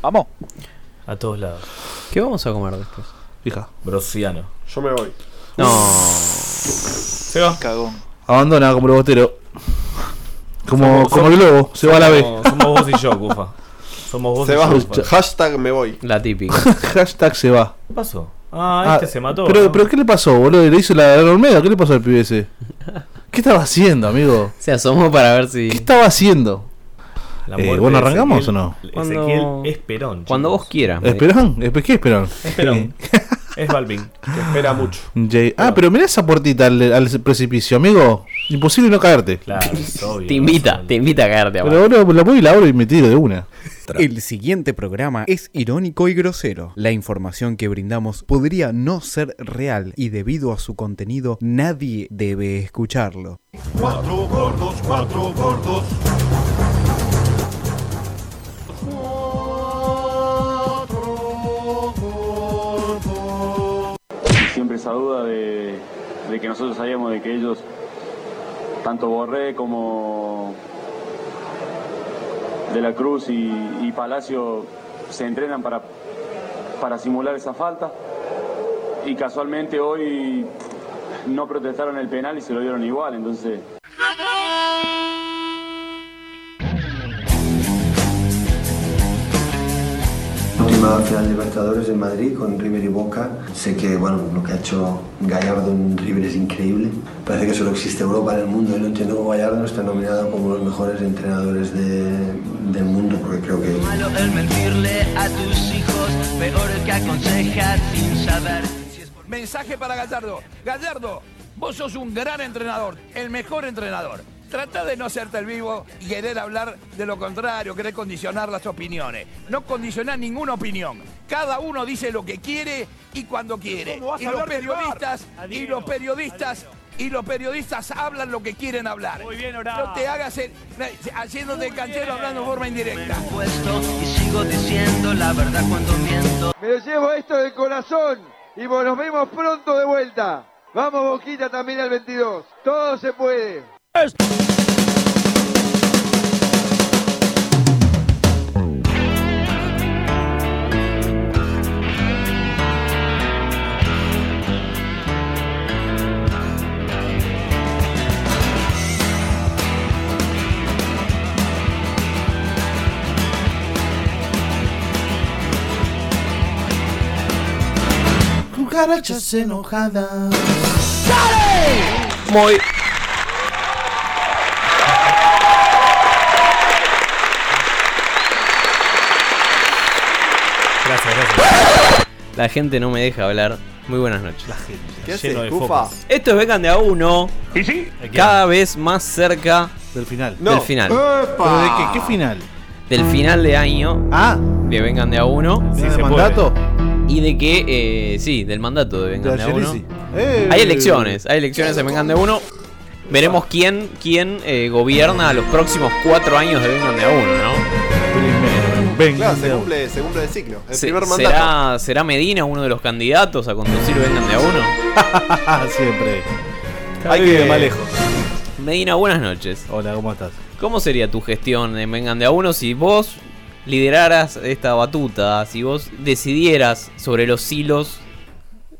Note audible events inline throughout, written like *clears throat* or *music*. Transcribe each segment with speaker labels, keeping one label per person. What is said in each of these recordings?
Speaker 1: Vamos.
Speaker 2: A todos lados.
Speaker 3: ¿Qué vamos a comer después?
Speaker 1: Fija.
Speaker 2: Brociano.
Speaker 4: Yo me voy.
Speaker 3: No.
Speaker 2: Se va.
Speaker 1: Cagón.
Speaker 5: Abandona como el botero. Como,
Speaker 2: Somos-
Speaker 5: como el globo, se va a la B.
Speaker 2: Somos, somos vos y yo, Cufa. Somos vos
Speaker 4: Se
Speaker 2: y
Speaker 4: va.
Speaker 2: yo. Cufa.
Speaker 4: Hashtag me voy.
Speaker 3: La
Speaker 5: *laughs*
Speaker 3: típica.
Speaker 5: Hashtag se va.
Speaker 2: ¿Qué pasó? Ah, este
Speaker 5: Ah,
Speaker 2: se mató.
Speaker 5: Pero,
Speaker 2: ¿no?
Speaker 5: pero ¿qué le pasó, boludo? ¿Le hizo la de Olmedo? ¿Qué le pasó al pibe
Speaker 2: *laughs*
Speaker 5: ese? ¿Qué estaba haciendo, amigo?
Speaker 3: Se asomó para ver
Speaker 5: ¿Qué
Speaker 3: si.
Speaker 5: estaba haciendo?
Speaker 2: La
Speaker 5: Eh,
Speaker 2: muerte
Speaker 5: ¿bueno,
Speaker 2: de
Speaker 5: arrancamos
Speaker 2: Ezequiel-
Speaker 5: o no?
Speaker 3: Cuando-
Speaker 2: Ezequiel Esperón.
Speaker 3: Cuando vos
Speaker 2: chicos.
Speaker 3: quieras. me-
Speaker 5: ¿Esperón? ¿Espe- ¿Qué esperón? *laughs*
Speaker 2: Esperón. es Balvin.
Speaker 4: Te espera mucho.
Speaker 5: Jay- Ah, pero mirá esa puertita al, al precipicio, amigo. Imposible no caerte.
Speaker 2: Claro, es obvio.
Speaker 3: Te invita, te invita a caerte abajo.
Speaker 5: Pero boludo, la voy y la abro y me tiro de una.
Speaker 6: El siguiente programa es irónico y grosero. La información que brindamos podría no ser real y debido a su contenido nadie debe escucharlo.
Speaker 7: Cuatro gordos, cuatro gordos.
Speaker 8: siempre esa duda de, de que nosotros sabíamos de que ellos, tanto Borré como De la Cruz y, y Palacio, se entrenan para, para simular esa falta. Y casualmente hoy no protestaron el penal y se lo dieron igual, entonces
Speaker 9: Última final Libertadores en Madrid con River y Boca. Sé que bueno, lo que ha hecho Gallardo en River es increíble. Parece que solo existe Europa en el mundo y no entiendo cómo Gallardo no está nominado como los mejores entrenadores de- del mundo porque creo que...
Speaker 7: Mensaje para Gallardo. Gallardo, vos sos un gran entrenador, el mejor entrenador. Trata de no hacerte el vivo y querer hablar de lo contrario, querer condicionar las opiniones. No condicionar ninguna opinión. Cada uno dice lo que quiere y cuando quiere. Y los periodistas, y los periodistas, y los periodistas hablan lo que quieren hablar. Muy bien, No te hagas el- haciéndote el canchero hablando de forma indirecta.
Speaker 10: Me lo llevo esto del corazón y vos nos vemos pronto de vuelta. Vamos Boquita también al 22. Todo se puede.
Speaker 5: Cucarachas enojadas.
Speaker 3: Muy.
Speaker 2: Gracias, gracias.
Speaker 3: La gente no me deja hablar. Muy buenas noches.
Speaker 4: ¿Qué haces,
Speaker 2: Lleno de
Speaker 4: Cufa?
Speaker 2: focos.
Speaker 3: Esto es Vengan de a uno. Cada vez más cerca
Speaker 5: Del final.
Speaker 4: No.
Speaker 3: del final.
Speaker 5: ¿Pero de
Speaker 4: ¡Epa!
Speaker 5: qué? ¿Qué final?
Speaker 3: Del final de año
Speaker 5: Ah, *laughs*
Speaker 3: de Vengan de a uno.
Speaker 2: Sí,
Speaker 5: ¿final
Speaker 2: se
Speaker 5: de mandato?
Speaker 3: Y de que, eh, sí, del mandato de
Speaker 5: De
Speaker 3: Vengan de a uno.
Speaker 5: Angelisi. Eh.
Speaker 3: Hay elecciones, hay elecciones en Vengan de a uno. Veremos quién, quién eh, gobierna los próximos cuatro años de Vengan de a uno, ¿no?
Speaker 5: Primero, venga.
Speaker 4: Claro, se cumple, se cumple el ciclo. El
Speaker 3: Se-
Speaker 4: primer mandato.
Speaker 3: ¿será, ¿Será Medina uno de los candidatos a conducir Vengan de a uno?
Speaker 5: Ah, siempre.
Speaker 4: Hay
Speaker 5: Vive
Speaker 4: que
Speaker 5: más lejos.
Speaker 3: Medina, buenas noches.
Speaker 5: Hola, ¿cómo estás?
Speaker 3: ¿Cómo sería tu gestión en Vengan de a uno si vos lideraras esta batuta, si vos decidieras sobre los hilos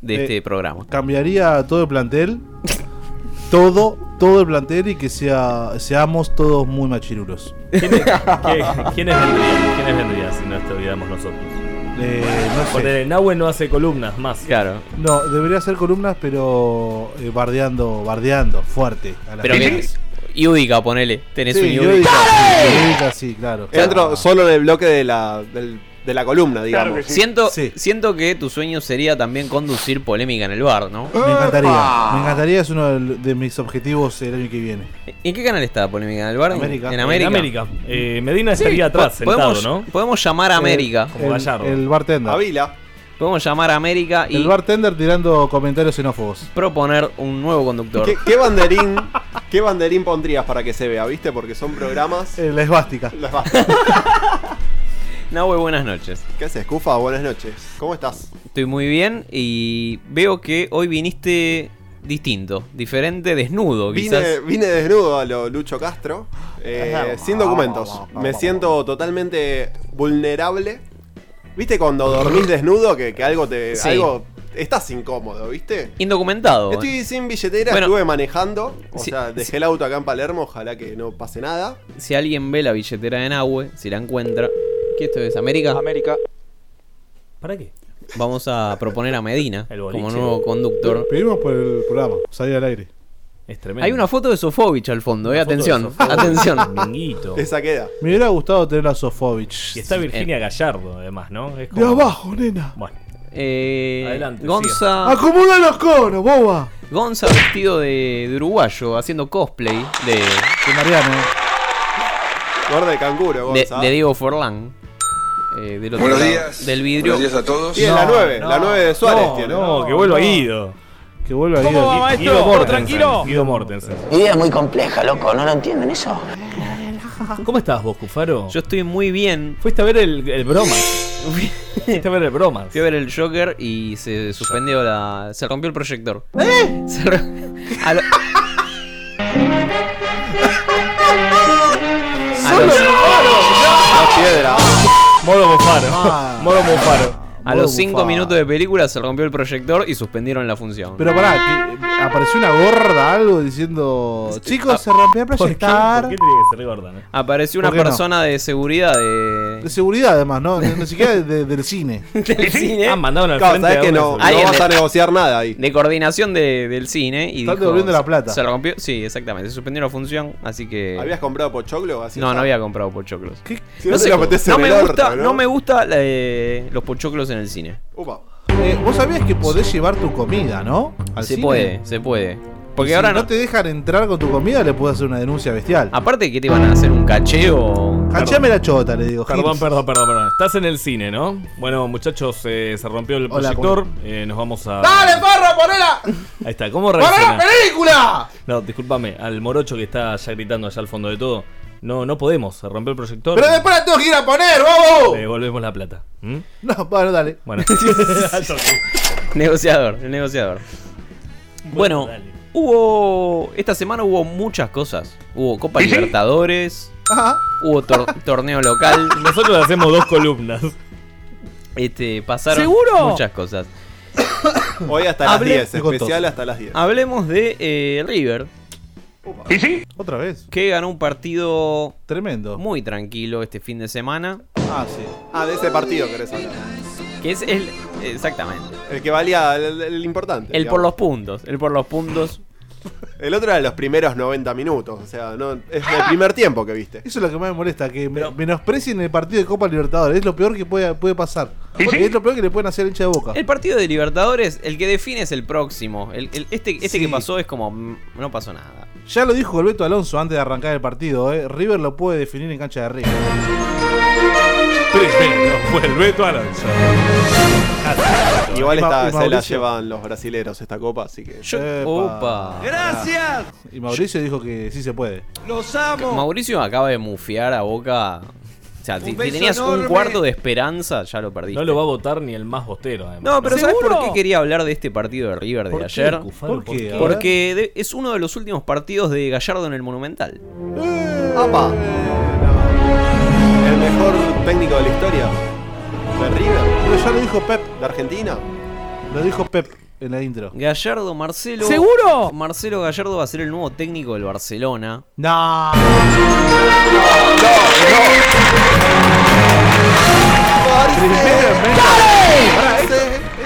Speaker 3: de
Speaker 5: Eh,
Speaker 3: este programa?
Speaker 5: Cambiaría todo el plantel. todo, todo el plantel y que sea, seamos todos muy machirulos. *laughs*
Speaker 2: ¿Quiénes, qué- ¿Quiénes vendrían? ¿Quiénes vendrían si no estuviéramos nosotros?
Speaker 5: Eh, no sé.
Speaker 2: Porque Nahue no hace columnas más.
Speaker 3: Claro.
Speaker 5: No, debería ser columnas, pero eh, bardeando, bardeando, fuerte. A la
Speaker 3: Pero que.
Speaker 5: gente.
Speaker 3: Iudica, ponele. Tenés
Speaker 5: Sí,
Speaker 3: un
Speaker 5: yo digo,
Speaker 3: Iudica.
Speaker 5: sí, yo digo así, claro.
Speaker 4: Entro solo en el bloque de la, del- de la columna, digamos.
Speaker 3: Siento,
Speaker 5: Sí.
Speaker 3: siento que tu sueño sería también conducir polémica en el bar, ¿no?
Speaker 5: Me encantaría.
Speaker 4: ¡Epa!
Speaker 5: Me encantaría, es uno del- de mis objetivos el año que viene.
Speaker 3: ¿En qué canal está polémica en el bar? ¿En-
Speaker 5: América.
Speaker 3: En
Speaker 5: En
Speaker 3: América.
Speaker 2: En América. Eh, Medina
Speaker 3: Sí,
Speaker 2: estaría atrás,
Speaker 3: po- podemos,
Speaker 2: sentado, ¿no?
Speaker 3: Podemos llamar a América.
Speaker 2: Como
Speaker 5: el,
Speaker 2: Gallardo.
Speaker 5: el bartender.
Speaker 4: Avila.
Speaker 3: Podemos llamar a América y
Speaker 5: El bartender tirando comentarios xenófobos.
Speaker 3: proponer un nuevo conductor.
Speaker 4: ¿Qué, qué banderín, ¿Qué banderín pondrías para que se vea, viste? Porque son programas.
Speaker 5: Eh, la esvástica.
Speaker 4: Las vas-
Speaker 3: Nahue, buenas noches.
Speaker 4: ¿Qué haces, Cufa? Buenas noches. ¿Cómo estás?
Speaker 3: Estoy muy bien y veo que hoy viniste distinto, diferente, desnudo,
Speaker 4: Vine,
Speaker 3: quizás.
Speaker 4: vine desnudo a lo Lucho Castro, eh, sin documentos. Me siento totalmente vulnerable ¿Viste cuando dormís desnudo que, que algo te.
Speaker 3: Sí.
Speaker 4: algo. estás incómodo, ¿viste?
Speaker 3: Indocumentado.
Speaker 4: Estoy sin billetera,
Speaker 3: Bueno.
Speaker 4: estuve manejando. O
Speaker 3: Sí,
Speaker 4: sea, dejé el auto acá en Palermo, ojalá que no pase nada.
Speaker 3: Si alguien ve la billetera de Nahue, si la encuentra. ¿Qué esto es? ¿América?
Speaker 1: América.
Speaker 2: ¿Para qué?
Speaker 3: Vamos a proponer a Medina
Speaker 2: El boliche.
Speaker 3: como nuevo conductor.
Speaker 5: Pedimos por el programa, salir al aire.
Speaker 2: Es tremendo.
Speaker 3: Hay una foto de Sofovich al fondo, eh.
Speaker 2: Una foto de
Speaker 3: Atención,
Speaker 2: Sofovich,
Speaker 5: *laughs*
Speaker 3: atención.
Speaker 2: Minguito.
Speaker 4: Esa queda.
Speaker 5: Me hubiera gustado tener a Sofovich.
Speaker 2: Y está Virginia Gallardo, además, ¿no? Es
Speaker 5: De
Speaker 2: como-
Speaker 5: abajo, nena.
Speaker 2: Bueno,
Speaker 3: Eh,
Speaker 2: Adelante,
Speaker 5: Ah,
Speaker 3: Gonza,
Speaker 5: Acomoda los conos, boba.
Speaker 3: Gonza vestido de, de uruguayo, haciendo cosplay de,
Speaker 5: De Mariano.
Speaker 4: Gorda de canguro,
Speaker 3: de,
Speaker 4: Gonza.
Speaker 3: de Diego Forlán. Eh, del otro
Speaker 11: Buenos
Speaker 3: lado
Speaker 11: días.
Speaker 3: Del vidrio.
Speaker 11: Buenos días a todos.
Speaker 4: Tiene la
Speaker 5: No,
Speaker 4: 9, la
Speaker 5: no,
Speaker 4: 9 de eh, Suárez
Speaker 2: no,
Speaker 4: tiene.
Speaker 2: no, que vuelva Guido.
Speaker 5: Que vuelva ahí.
Speaker 1: va,
Speaker 5: al-
Speaker 1: maestro?
Speaker 2: Guido
Speaker 1: ¿Todo
Speaker 2: Mortensen,
Speaker 1: tranquilo?
Speaker 2: Guido Mortensen.
Speaker 5: *laughs*
Speaker 12: Mi vida es muy compleja, loco, ¿no lo entienden eso?
Speaker 2: ¿Cómo estás vos, Cufaro?
Speaker 3: Yo estoy muy bien.
Speaker 2: Fuiste a ver el, el Bromas. Fuiste a ver el Bromas.
Speaker 3: *laughs* Fui a ver el Joker y se suspendió la. Se rompió el proyector.
Speaker 5: ¿Eh?
Speaker 3: Se ro- *laughs* a lo-
Speaker 8: Ah,
Speaker 5: *laughs*
Speaker 3: A los-
Speaker 4: Más piedra.
Speaker 2: Moro Mufaro.
Speaker 5: Ah.
Speaker 2: *laughs* Moro Mufaro.
Speaker 3: a los 5 minutos de película se rompió el proyector y suspendieron la función.
Speaker 5: Pero pará, que eh, apareció una gorda algo diciendo.
Speaker 3: ah,
Speaker 5: Chicos, se rompió el
Speaker 2: ¿Por qué,
Speaker 5: proyectar.
Speaker 2: por qué tiene que ser gorda, no?
Speaker 3: Apareció una
Speaker 5: ¿Por qué no?
Speaker 3: persona de seguridad de.
Speaker 5: De seguridad, además, ¿no? Ni ni siquiera de- de- del cine.
Speaker 3: *laughs*
Speaker 5: *laughs*
Speaker 3: del cine.
Speaker 2: Ah, mandaron al
Speaker 4: Claro,
Speaker 2: frente
Speaker 4: sabes
Speaker 2: a
Speaker 4: que
Speaker 2: una
Speaker 4: no, no
Speaker 3: Alguien
Speaker 4: vas
Speaker 3: de-
Speaker 4: a negociar nada ahí.
Speaker 3: de coordinación de- del cine y
Speaker 5: Están
Speaker 3: dijo-
Speaker 5: devolviendo la plata.
Speaker 3: Se rompió, sí, exactamente, se suspendió la función, así que
Speaker 4: ¿Habías comprado pochoclo? Así
Speaker 3: no,
Speaker 4: está.
Speaker 3: no había comprado pochoclos.
Speaker 5: ¿Qué?
Speaker 4: Si no, te lo metés
Speaker 3: no
Speaker 4: en
Speaker 3: me
Speaker 4: el
Speaker 3: gusta,
Speaker 4: orto,
Speaker 3: ¿no?
Speaker 4: ¿no?
Speaker 3: me gusta eh, los pochoclos en el cine.
Speaker 4: Upa.
Speaker 5: Eh, Vos sabías que podés llevar tu comida, ¿no? Al
Speaker 3: se
Speaker 5: cine.
Speaker 3: puede, se puede. Porque
Speaker 5: Si
Speaker 3: ahora
Speaker 5: no
Speaker 3: no.
Speaker 5: te dejan entrar con tu comida, le puedes hacer una denuncia bestial.
Speaker 3: Aparte que te van a hacer un cacheo.
Speaker 5: Cachame la chota, le digo.
Speaker 2: Perdón,
Speaker 5: Gibbs.
Speaker 2: perdón, perdón, perdón. Estás en el cine, ¿no? Bueno, muchachos, eh, se rompió el
Speaker 5: Hola, ¡Ah!
Speaker 2: proyector. Eh, nos vamos a.
Speaker 5: farra, ponela!
Speaker 2: Ahí está, ¿cómo
Speaker 5: ¡Ponela
Speaker 2: reacciona?
Speaker 5: película!
Speaker 2: No, discúlpame, al morocho que está ya gritando allá al fondo de todo. No, no podemos. Se rompió el proyector.
Speaker 5: la tengo que ir a poner,
Speaker 3: *laughs*
Speaker 5: bobo!
Speaker 2: Le devolvemos la plata. ¿Mm?
Speaker 5: No, bueno, dale. *laughs*
Speaker 2: Bueno.
Speaker 3: *laughs* Negociador, el negociador. Bueno,
Speaker 2: dale.
Speaker 3: hubo esta semana hubo muchas cosas. Hubo Copa Libertadores,
Speaker 5: Ajá.
Speaker 4: *laughs*
Speaker 3: hubo tor- torneo local,
Speaker 2: Nosotros hacemos dos columnas.
Speaker 3: este pasaron
Speaker 1: ¿Seguro?
Speaker 3: muchas cosas.
Speaker 4: *coughs* Hoy hasta las
Speaker 3: Hablé-
Speaker 4: 10,
Speaker 5: Te contó.
Speaker 4: especial hasta las 10.
Speaker 3: Hablemos de eh, River,
Speaker 5: Otra vez.
Speaker 3: que ganó un partido
Speaker 5: Tremendo.
Speaker 3: muy tranquilo este fin de semana.
Speaker 5: Ah, sí.
Speaker 4: Ah, de ese partido querés hablar.
Speaker 3: Que es el. Exactamente.
Speaker 4: El que valía, el, el importante.
Speaker 3: El
Speaker 4: digamos.
Speaker 3: por los puntos. El por los puntos.
Speaker 4: El otro era los primeros 90 minutos, o sea, no, es el primer tiempo que viste.
Speaker 5: Eso es lo que más me molesta, que me- menosprecien el partido de Copa Libertadores. Es lo peor que puede, puede pasar. Porque Es lo peor que le pueden hacer al hincha de boca.
Speaker 3: El partido de Libertadores, el que define es el próximo. El, el- este este
Speaker 5: Sí.
Speaker 3: que pasó es como. mm, No pasó nada.
Speaker 5: Ya lo dijo el Beto Alonso antes de arrancar el partido, ¿eh? River lo puede definir en cancha de River.
Speaker 2: Tremendo. Fue el Beto Alonso.
Speaker 4: Igual
Speaker 5: y Ma-
Speaker 4: esta
Speaker 5: y
Speaker 4: se la
Speaker 5: Mauricio.
Speaker 4: llevan los brasileros esta copa, así que.
Speaker 3: Yo-
Speaker 5: Epa.
Speaker 4: Ah.
Speaker 3: Opa.
Speaker 13: ¡Gracias!
Speaker 5: Y Mauricio dijo que sí se puede.
Speaker 13: ¡Los amo!
Speaker 3: Mauricio acaba de mufiar a boca. O sea, si, si
Speaker 13: beso
Speaker 3: tenías un
Speaker 13: enorme.
Speaker 3: cuarto de esperanza, ya lo perdiste.
Speaker 2: No lo va a votar ni el más bostero, además.
Speaker 3: No, pero ¿sabes por
Speaker 1: ¿Seguro?
Speaker 3: qué quería hablar de este partido de River de
Speaker 2: ¿Por qué,
Speaker 3: ayer?
Speaker 2: Cufaro?
Speaker 5: ¿Por qué? A ver.
Speaker 3: Porque de- es uno de los últimos partidos de Gallardo en el Monumental.
Speaker 4: ¡Apa! El mejor técnico de la historia. De River,
Speaker 5: Pero ya lo dijo Pep,
Speaker 4: de Argentina.
Speaker 5: lo dijo Pep en la intro.
Speaker 3: Gallardo, Marcelo.
Speaker 1: ¿Seguro?
Speaker 3: Marcelo Gallardo va a ser el nuevo técnico del Barcelona.
Speaker 5: No.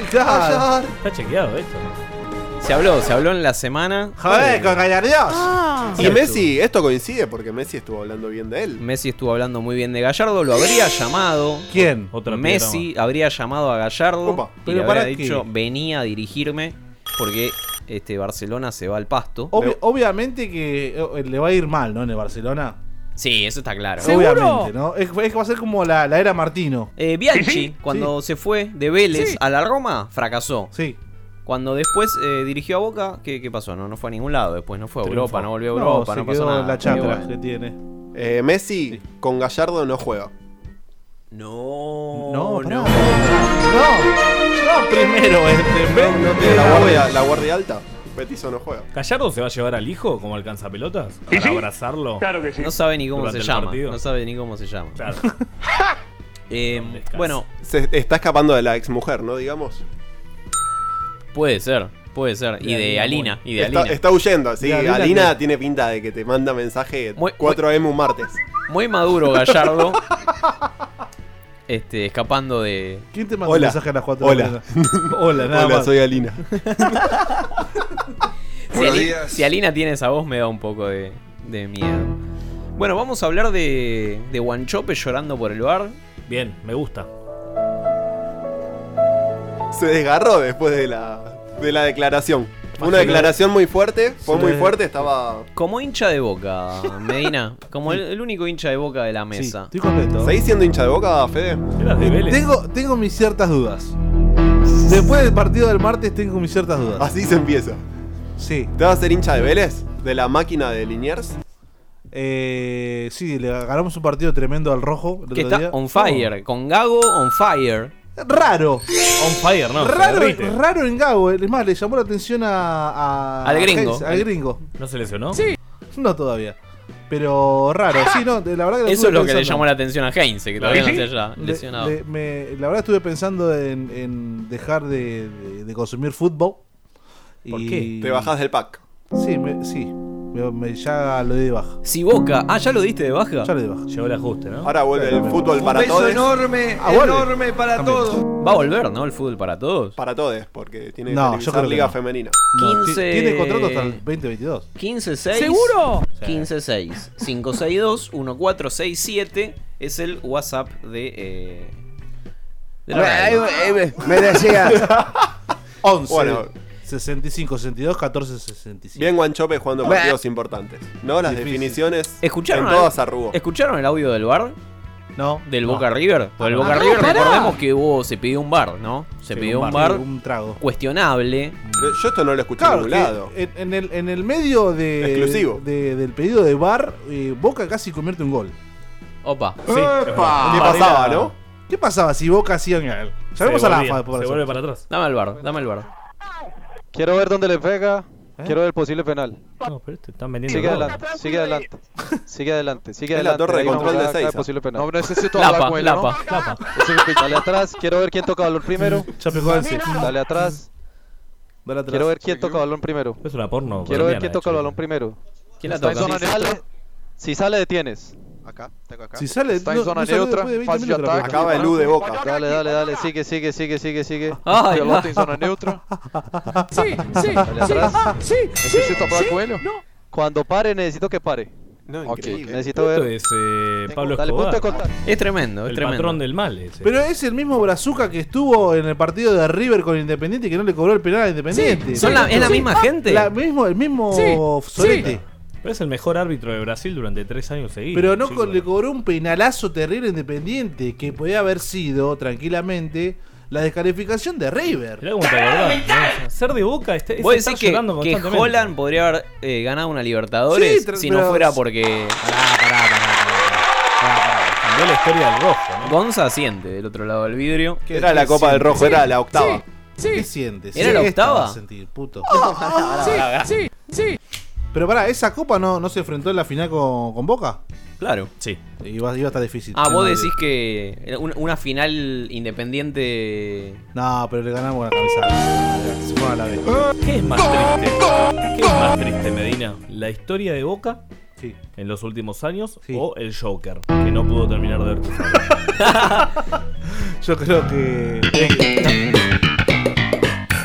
Speaker 2: Está chequeado esto. ¿no?
Speaker 3: Se habló, se habló en la semana. Eh,
Speaker 5: Joder, con Gallardeos.
Speaker 3: Ah.
Speaker 4: Y Messi, esto coincide porque Messi estuvo hablando bien de él.
Speaker 3: Messi estuvo hablando muy bien de Gallardo, lo habría llamado.
Speaker 5: ¿Quién?
Speaker 2: Otra
Speaker 3: Messi
Speaker 2: piedra
Speaker 3: habría llamado a Gallardo
Speaker 4: Opa,
Speaker 3: y
Speaker 5: pero
Speaker 3: le
Speaker 5: ¿para
Speaker 3: habría
Speaker 5: qué?
Speaker 3: dicho venía a dirigirme porque este Barcelona se va al pasto.
Speaker 5: Obvi- obviamente que eh, le va a ir mal, ¿no? En el Barcelona.
Speaker 3: Sí, eso está claro.
Speaker 1: ¿Seguro?
Speaker 5: Obviamente, ¿no? Es, es que va a ser como la, la era Martino.
Speaker 3: Eh, Bianchi, cuando se fue de Vélez a la Roma, fracasó.
Speaker 5: Sí.
Speaker 3: Cuando después eh, dirigió a Boca, ¿qué, qué pasó? No, no fue a ningún lado. Después no fue a
Speaker 2: Triunfo.
Speaker 3: Europa, no volvió
Speaker 5: No,
Speaker 3: a Europa,
Speaker 5: se
Speaker 3: no, pasó
Speaker 5: quedó
Speaker 3: nada.
Speaker 5: en la chatra
Speaker 3: Bueno.
Speaker 5: que tiene.
Speaker 4: Eh, Messi con Gallardo no juega.
Speaker 3: No,
Speaker 5: No, pará. no. No, primero este.
Speaker 4: No tiene la guardia, la guardia alta. Petizo no juega.
Speaker 2: no. ¿Gallardo se va a llevar al hijo como alcanza pelotas? ¿Para abrazarlo?
Speaker 3: No sabe ni cómo
Speaker 2: Durante
Speaker 3: se
Speaker 2: el
Speaker 3: llama.
Speaker 2: partido.
Speaker 3: *laughs* No sabe ni cómo se llama.
Speaker 2: Claro.
Speaker 3: Eh, bueno,
Speaker 4: Se está escapando de la ex mujer, ¿no? Digamos.
Speaker 3: puede ser, puede ser. Y
Speaker 2: De
Speaker 3: de
Speaker 2: Alina
Speaker 3: Alina, y de
Speaker 4: está,
Speaker 3: Alina.
Speaker 4: está huyendo, sí.
Speaker 5: De Alina
Speaker 4: Alina,
Speaker 5: que-
Speaker 4: tiene pinta de que te manda mensaje
Speaker 3: Muy-
Speaker 4: 4M un martes.
Speaker 3: Muy
Speaker 5: *laughs*
Speaker 3: maduro Gallardo. este, escapando de.
Speaker 5: ¿Quién te manda
Speaker 4: Hola.
Speaker 5: mensaje a las 4 de la
Speaker 4: Hola.
Speaker 5: mañana? *laughs* Hola, nada
Speaker 4: Hola,
Speaker 5: más.
Speaker 4: soy Alina.
Speaker 3: Si,
Speaker 14: Buenos
Speaker 3: Ali-
Speaker 14: días.
Speaker 3: si Alina tiene esa voz me da un poco de, de miedo. Bueno, vamos a hablar de, de Guanchope llorando por el bar.
Speaker 2: Bien, me gusta.
Speaker 4: Se desgarró después de la, de la declaración. Fue Una
Speaker 5: Imagínate.
Speaker 4: declaración muy fuerte, fue
Speaker 5: Sí.
Speaker 4: muy fuerte, estaba...
Speaker 3: Como hincha de boca, Medina. Como el, el único hincha de boca de la
Speaker 5: Sí,
Speaker 3: mesa.
Speaker 5: estoy contento.
Speaker 4: ¿Seguís siendo hincha de boca, Fede?
Speaker 2: Era de Vélez.
Speaker 5: Tengo, tengo mis ciertas dudas. Después del partido del martes tengo mis ciertas dudas.
Speaker 4: Así se empieza.
Speaker 5: Sí.
Speaker 4: ¿Te vas a ser hincha de Vélez? ¿De la máquina de Liniers?
Speaker 5: Eh, sí, le ganamos un partido tremendo al rojo. el
Speaker 3: Que
Speaker 5: otro
Speaker 3: está
Speaker 5: día. Oh.
Speaker 3: on fire. Con Gago on fire.
Speaker 5: Raro.
Speaker 2: On fire, ¿no? se
Speaker 5: Raro,
Speaker 2: derrite.
Speaker 5: raro en Gago. eh. Es más, le llamó la atención a, a-
Speaker 3: Al gringo.
Speaker 5: Ah, al gringo.
Speaker 2: ¿No se lesionó?
Speaker 5: No todavía. Pero raro, sí, no, de- la verdad que
Speaker 3: Eso es lo que le llamó
Speaker 5: llamó
Speaker 3: la atención a Heinz, que todavía no se haya
Speaker 5: Le-
Speaker 3: lesionado.
Speaker 5: le- me- la verdad estuve pensando en, en dejar de, de- de consumir fútbol.
Speaker 2: ¿Por
Speaker 5: y-
Speaker 2: qué?
Speaker 4: Te bajás del pack.
Speaker 5: Sí, me- sí. Me, me- ya lo di de baja.
Speaker 3: Si Boca. Ah, ya lo diste de baja.
Speaker 5: Ya lo di de baja.
Speaker 2: Llegó el ajuste, ¿no?
Speaker 4: Ahora vuelve el fútbol
Speaker 8: Un
Speaker 4: para
Speaker 8: beso
Speaker 4: todos.
Speaker 8: enorme,
Speaker 5: Ah, vuelve.
Speaker 8: enorme para
Speaker 5: También.
Speaker 8: todos.
Speaker 3: Va a volver, ¿no? El fútbol para todos.
Speaker 4: Para todos, porque tiene que
Speaker 5: No, yo
Speaker 4: televisar
Speaker 5: creo que
Speaker 4: Liga
Speaker 5: no.
Speaker 4: Femenina.
Speaker 5: No, ti-
Speaker 3: 15.
Speaker 5: Tiene contrato hasta el 2022.
Speaker 3: 15-6. ¿Seguro? 15-6. 562-1467 es el WhatsApp de. Eh, de la radio.
Speaker 5: *laughs*
Speaker 14: Me decía,
Speaker 5: 11.
Speaker 4: Bueno.
Speaker 5: 65, 62, 14, 65.
Speaker 4: Bien Guanchope jugando partidos importantes. ¿No? Las
Speaker 5: Difícil.
Speaker 4: definiciones
Speaker 3: *laughs* ¿Escucharon, ¿eh?
Speaker 4: en
Speaker 3: al-
Speaker 4: todas arrugó.
Speaker 3: ¿Escucharon el audio del bar?
Speaker 5: No.
Speaker 3: ¿Del
Speaker 5: no. Ah,
Speaker 3: Boca River? Por el Boca River recordemos que hubo, se pidió un bar, ¿no? Se
Speaker 5: Sí,
Speaker 3: pidió un bar,
Speaker 5: Un trago.
Speaker 3: cuestionable.
Speaker 4: Pero Yo esto no lo escuché en
Speaker 5: Claro,
Speaker 4: ningún
Speaker 5: que
Speaker 4: lado.
Speaker 5: en, en el, en el medio de,
Speaker 4: Exclusivo.
Speaker 5: de- del pedido de bar, eh, Boca casi convierte un gol.
Speaker 3: Opa.
Speaker 2: Sí.
Speaker 4: ¿Qué pasaba, no?
Speaker 5: ¿Qué pasaba si Boca hacía un gol? Sabemos
Speaker 2: se
Speaker 5: a la
Speaker 2: volvía,
Speaker 5: AFA por
Speaker 2: Se
Speaker 5: eso.
Speaker 2: vuelve para atrás.
Speaker 3: Dame el bar, dame el bar.
Speaker 8: Quiero ver dónde le pega.
Speaker 5: ¿Eh?
Speaker 8: Quiero ver el posible penal.
Speaker 2: No, pero este están vendiendo.
Speaker 8: Sigue
Speaker 2: todo.
Speaker 8: adelante, sigue adelante. Sigue adelante, sigue
Speaker 4: Es la
Speaker 8: adelante.
Speaker 4: torre de
Speaker 8: Ahí una
Speaker 4: control de
Speaker 8: jugada, cae
Speaker 4: Ezeiza.
Speaker 8: posible penal. No necesito
Speaker 3: Lapa,
Speaker 5: ¿eh?
Speaker 3: lapa, lapa.
Speaker 8: Dale atrás, quiero ver quién toca balón primero.
Speaker 5: Ya pegó Mm, al sí.
Speaker 8: Dale atrás.
Speaker 5: Dale atrás.
Speaker 8: Quiero ver quién toca balón primero.
Speaker 2: Es una porno.
Speaker 8: Quiero ver
Speaker 2: colombiana, eh,
Speaker 8: quién toca el
Speaker 2: de
Speaker 8: balón
Speaker 2: hecho.
Speaker 8: primero.
Speaker 3: ¿Quién la
Speaker 8: Si
Speaker 3: toca?
Speaker 8: sale, si sale, detienes.
Speaker 5: Si sale,
Speaker 8: Está en
Speaker 5: no-
Speaker 8: zona
Speaker 5: no sale
Speaker 8: neutra,
Speaker 5: después de 20
Speaker 8: fácil
Speaker 5: minutos la
Speaker 8: ataque.
Speaker 5: pelota.
Speaker 4: Acaba Ah, el U de boca.
Speaker 8: Dale, dale, dale, sigue, sigue, sigue, sigue, sigue.
Speaker 3: Ay,
Speaker 8: Pelota
Speaker 3: no.
Speaker 8: en zona neutra.
Speaker 5: *laughs*
Speaker 8: Sí, sí, sí, sí, Necesito parar cuello. Cuando pare, necesito que pare.
Speaker 4: No,
Speaker 8: Ok,
Speaker 4: increíble.
Speaker 8: necesito
Speaker 2: Esto
Speaker 8: ver.
Speaker 2: es eh, Pablo
Speaker 8: Dale, punto de
Speaker 2: Escobar.
Speaker 8: contacto.
Speaker 3: Es tremendo, es
Speaker 2: El
Speaker 3: tremendo.
Speaker 2: patrón del mal. ese.
Speaker 5: Pero es el mismo Brazuca que estuvo en el partido de River con Independiente y que no le cobró el penal a Independiente. Ah,
Speaker 3: ¿Son la- ¿Es la misma gente?
Speaker 5: La mismo, el mismo Oh, Sorete.
Speaker 2: Pero es el mejor árbitro de Brasil durante tres años seguidos.
Speaker 5: Pero no
Speaker 2: chicos.
Speaker 5: co- le cobró un penalazo terrible a Independiente que podía haber sido tranquilamente la descalificación de River.
Speaker 2: Mirá cómo te acordás, ¿no? O sea, Ser de boca es, es
Speaker 3: Vos
Speaker 2: estar
Speaker 3: decís que,
Speaker 2: llorando
Speaker 3: que
Speaker 2: constantemente.
Speaker 3: Holland podría haber eh, ganado una Libertadores
Speaker 5: Sí, tra-
Speaker 3: si no
Speaker 5: pero-
Speaker 3: fuera porque. Pará, pará, pará,
Speaker 2: Cambió la historia del rojo, ¿no?
Speaker 3: Gonza siente del otro lado del vidrio.
Speaker 4: Era la Copa del Rojo, era la octava.
Speaker 5: ¿Qué sientes?
Speaker 3: ¿Era la
Speaker 5: ¿Qué
Speaker 3: octava?
Speaker 5: vas a sentir,
Speaker 3: *laughs*
Speaker 5: puto?
Speaker 8: Ah,
Speaker 5: Pero pará, ¿esa copa no, no se enfrentó en la final con, con Boca?
Speaker 3: Claro.
Speaker 2: Sí.
Speaker 5: Iba, iba a estar difícil.
Speaker 3: Ah,
Speaker 5: No,
Speaker 3: vos decís que era un- una final independiente.
Speaker 5: No, pero le ganamos la cabeza. Se fueron a la vez.
Speaker 2: ¿Qué es más triste? ¿Qué es más triste, Medina? ¿La historia de Boca
Speaker 5: Sí.
Speaker 2: en los últimos años
Speaker 5: Sí.
Speaker 2: o el Joker, que no pudo terminar de ver tu familia?
Speaker 5: Yo creo que.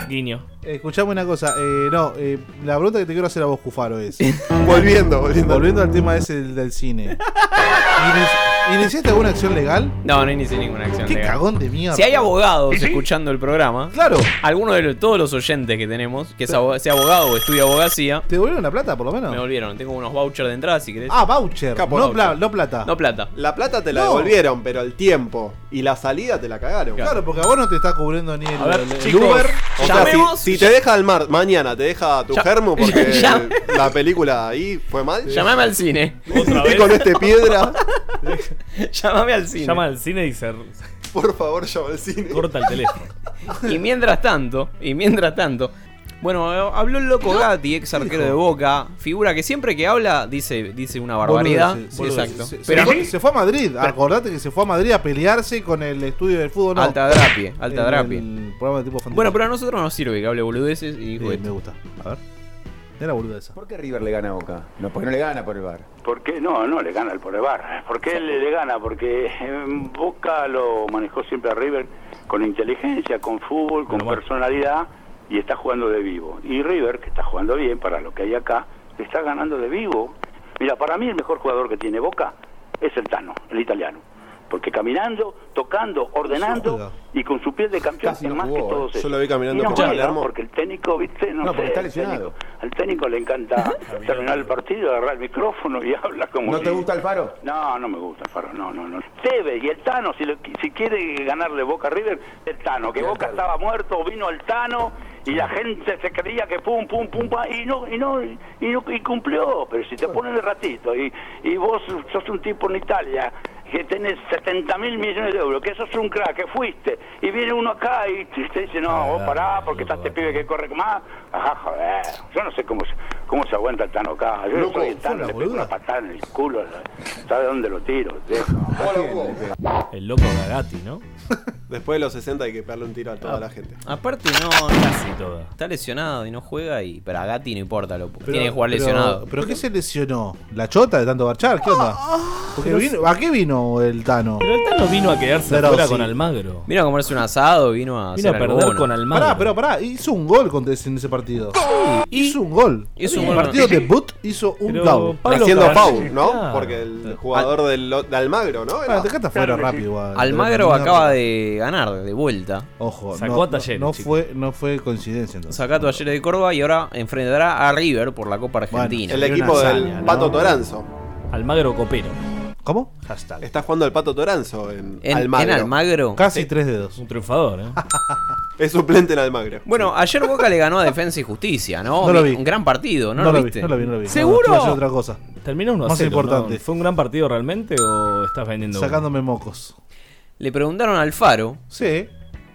Speaker 2: Guiño.
Speaker 5: Escuchame una cosa. Eh, no, eh, la pregunta que te quiero hacer a vos, Cufaro, es.
Speaker 4: *laughs* Volviendo, volviendo.
Speaker 5: Volviendo al tema ese del, del cine. ¿Inici- ¿Iniciaste alguna acción legal?
Speaker 3: No, no inicié ninguna acción.
Speaker 5: Qué
Speaker 3: legal.
Speaker 5: cagón de mierda.
Speaker 3: Si hay abogados escuchando el programa,
Speaker 5: Claro.
Speaker 3: alguno de los- todos los oyentes que tenemos, que es aboga- sea abogado o estudia abogacía,
Speaker 5: ¿Te devolvieron la plata, por lo
Speaker 3: me
Speaker 5: menos?
Speaker 3: volvieron. Tengo unos vouchers de entrada si querés.
Speaker 5: Ah, voucher.
Speaker 4: Capo,
Speaker 5: no,
Speaker 4: voucher.
Speaker 5: pla- no plata.
Speaker 3: No plata.
Speaker 4: La plata te la
Speaker 5: No.
Speaker 4: devolvieron, pero el tiempo y la salida te la cagaron.
Speaker 5: claro, porque a vos no te está cubriendo ni el,
Speaker 2: A ver,
Speaker 5: el- el
Speaker 2: chicos,
Speaker 5: Uber.
Speaker 4: O sea, si-
Speaker 3: Llamemos-
Speaker 4: si, te deja el mar, mañana te deja tu
Speaker 3: Ya-
Speaker 4: germo porque
Speaker 3: *laughs* Ya-
Speaker 4: la película ahí fue mal.
Speaker 3: Llamame al cine.
Speaker 2: Otra
Speaker 4: *laughs* Y
Speaker 2: vez.
Speaker 4: con este piedra,
Speaker 3: *laughs* Llamame al cine.
Speaker 2: Llama al cine y se
Speaker 4: por favor, llama al cine.
Speaker 2: corta el teléfono.
Speaker 3: Y mientras tanto, y mientras tanto, Bueno, habló el loco Gatti, ex arquero de Boca. Figura que siempre que habla dice, dice una barbaridad.
Speaker 5: Boludeces,
Speaker 3: Sí,
Speaker 5: boludeces.
Speaker 3: exacto.
Speaker 5: Se, se
Speaker 3: Pero
Speaker 5: fue, se fue a Madrid. Acordate que se fue a Madrid a pelearse con el estudio del fútbol. No.
Speaker 3: alta drapie, alta
Speaker 5: En
Speaker 3: drapie.
Speaker 5: el programa de tipo fantástico.
Speaker 3: Bueno, pero a nosotros nos sirve que hable boludeces y dijo
Speaker 5: Sí,
Speaker 3: esto.
Speaker 5: me gusta. A ver. Era boluda esa.
Speaker 1: ¿Por qué River le gana a Boca? No, porque no le gana por el bar.
Speaker 11: ¿Por qué? No, no, le gana el Bar. ¿Por qué le, le gana? Porque em, Boca lo manejó siempre a River con inteligencia, con fútbol, con personalidad y está jugando de vivo. Y River, que está jugando bien para lo que hay acá, está ganando de vivo. Mira, para mí el mejor jugador que tiene Boca es el Tano, el italiano. Porque caminando, tocando, ordenando y con su pie de campeón
Speaker 4: Casi
Speaker 11: es
Speaker 4: no
Speaker 11: más
Speaker 4: jugó,
Speaker 11: que todos
Speaker 4: ¿eh? Yo
Speaker 11: ellos.
Speaker 4: lo vi caminando
Speaker 11: Y no
Speaker 4: por
Speaker 11: juega,
Speaker 4: Palermo.
Speaker 11: Porque el técnico, viste, no,
Speaker 4: No, porque
Speaker 11: sé,
Speaker 4: está
Speaker 11: el técnico-
Speaker 4: lesionado.
Speaker 11: al técnico le encanta terminar el partido, agarrar el micrófono y *laughs* habla como
Speaker 4: ¿No
Speaker 11: si-
Speaker 4: te gusta el faro?
Speaker 11: No, no me gusta el Faro, no, no, no. Tevez y el Tano, si, lo- si quiere ganarle Boca a River, el Tano, que Boca estaba muerto, vino el Tano y la gente se creía que pum, pum, pum, pa, y no, y no, y, no- y cumplió, pero si te ponen de ratito y, y vos sos un tipo en Italia que tenés 70 mil millones de euros, que sos un crack, que fuiste, y viene uno acá y te te dice, Ah, no, vos pará, porque está este pibe que corre más, ajá, joder, yo no sé cómo, se- cómo se aguanta el Tano acá, yo
Speaker 5: Loco,
Speaker 11: soy el Tano,
Speaker 5: hola,
Speaker 11: le pego una patada en el culo, la- ¿sabe dónde lo tiro? Dejo.
Speaker 2: El loco Gagati, ¿no?
Speaker 4: *laughs*
Speaker 2: Ah.
Speaker 4: Después de los 60 hay que pegarle un tiro a toda la gente.
Speaker 3: Aparte no, casi toda. Está lesionado y no juega y para Gatti no importa, lo tiene que jugar
Speaker 5: pero-
Speaker 3: lesionado.
Speaker 5: ¿Pero qué se lesionó? ¿La chota de tanto barchar? ¿Qué onda?
Speaker 2: Ah,
Speaker 5: Porque vino- ¿A qué vino el Tano? Pero
Speaker 2: el Tano vino a quedarse afuera con Almagro.
Speaker 3: Vino a comerse un asado, vino a
Speaker 2: Vino
Speaker 3: hacer
Speaker 2: a perder
Speaker 3: alguno.
Speaker 2: con Almagro.
Speaker 5: Pará, pero pará, hizo un gol contra ese- en ese partido. hizo un gol.
Speaker 3: Hizo
Speaker 5: en
Speaker 3: un
Speaker 5: el
Speaker 3: gol.
Speaker 5: partido de Boot hizo un
Speaker 4: Pero
Speaker 5: foul.
Speaker 4: Pablo Haciendo Caballero- foul, ¿no? Claro. Porque el jugador del, de Almagro, ¿no? Era-
Speaker 5: Ah, dejate afuera rápido. igual.
Speaker 3: Almagro
Speaker 5: Terminar-
Speaker 3: acaba de ganar de vuelta.
Speaker 5: Ojo, no, no- no fue, no fue coincidencia entonces.
Speaker 3: Sacá a Talleres de Córdoba y ahora enfrentará a River por la Copa Argentina.
Speaker 4: el equipo del Pato Toranzo.
Speaker 2: Almagro Copero.
Speaker 5: ¿Cómo?
Speaker 2: Hashtag.
Speaker 4: Está jugando el Pato Toranzo en,
Speaker 3: En-
Speaker 4: Almagro.
Speaker 3: en Almagro.
Speaker 5: Casi tres dedos.
Speaker 2: Un triunfador, ¿eh?
Speaker 4: *laughs* Es suplente en Almagro.
Speaker 3: Bueno, ayer Boca le ganó a Defensa y Justicia, ¿no?
Speaker 5: No lo vi.
Speaker 3: Un gran partido, ¿no,
Speaker 5: No
Speaker 3: lo
Speaker 5: lo vi,
Speaker 3: viste?
Speaker 5: no lo vi, no lo vi. No,
Speaker 3: ¿Seguro?
Speaker 5: estuve haciendo otra cosa.
Speaker 2: Terminó uno a
Speaker 5: Más
Speaker 2: cero,
Speaker 5: importante.
Speaker 2: ¿no? ¿Fue un gran partido realmente o estás vendiendo? humo?
Speaker 5: Sacándome mocos.
Speaker 3: Le preguntaron al Faro. eh,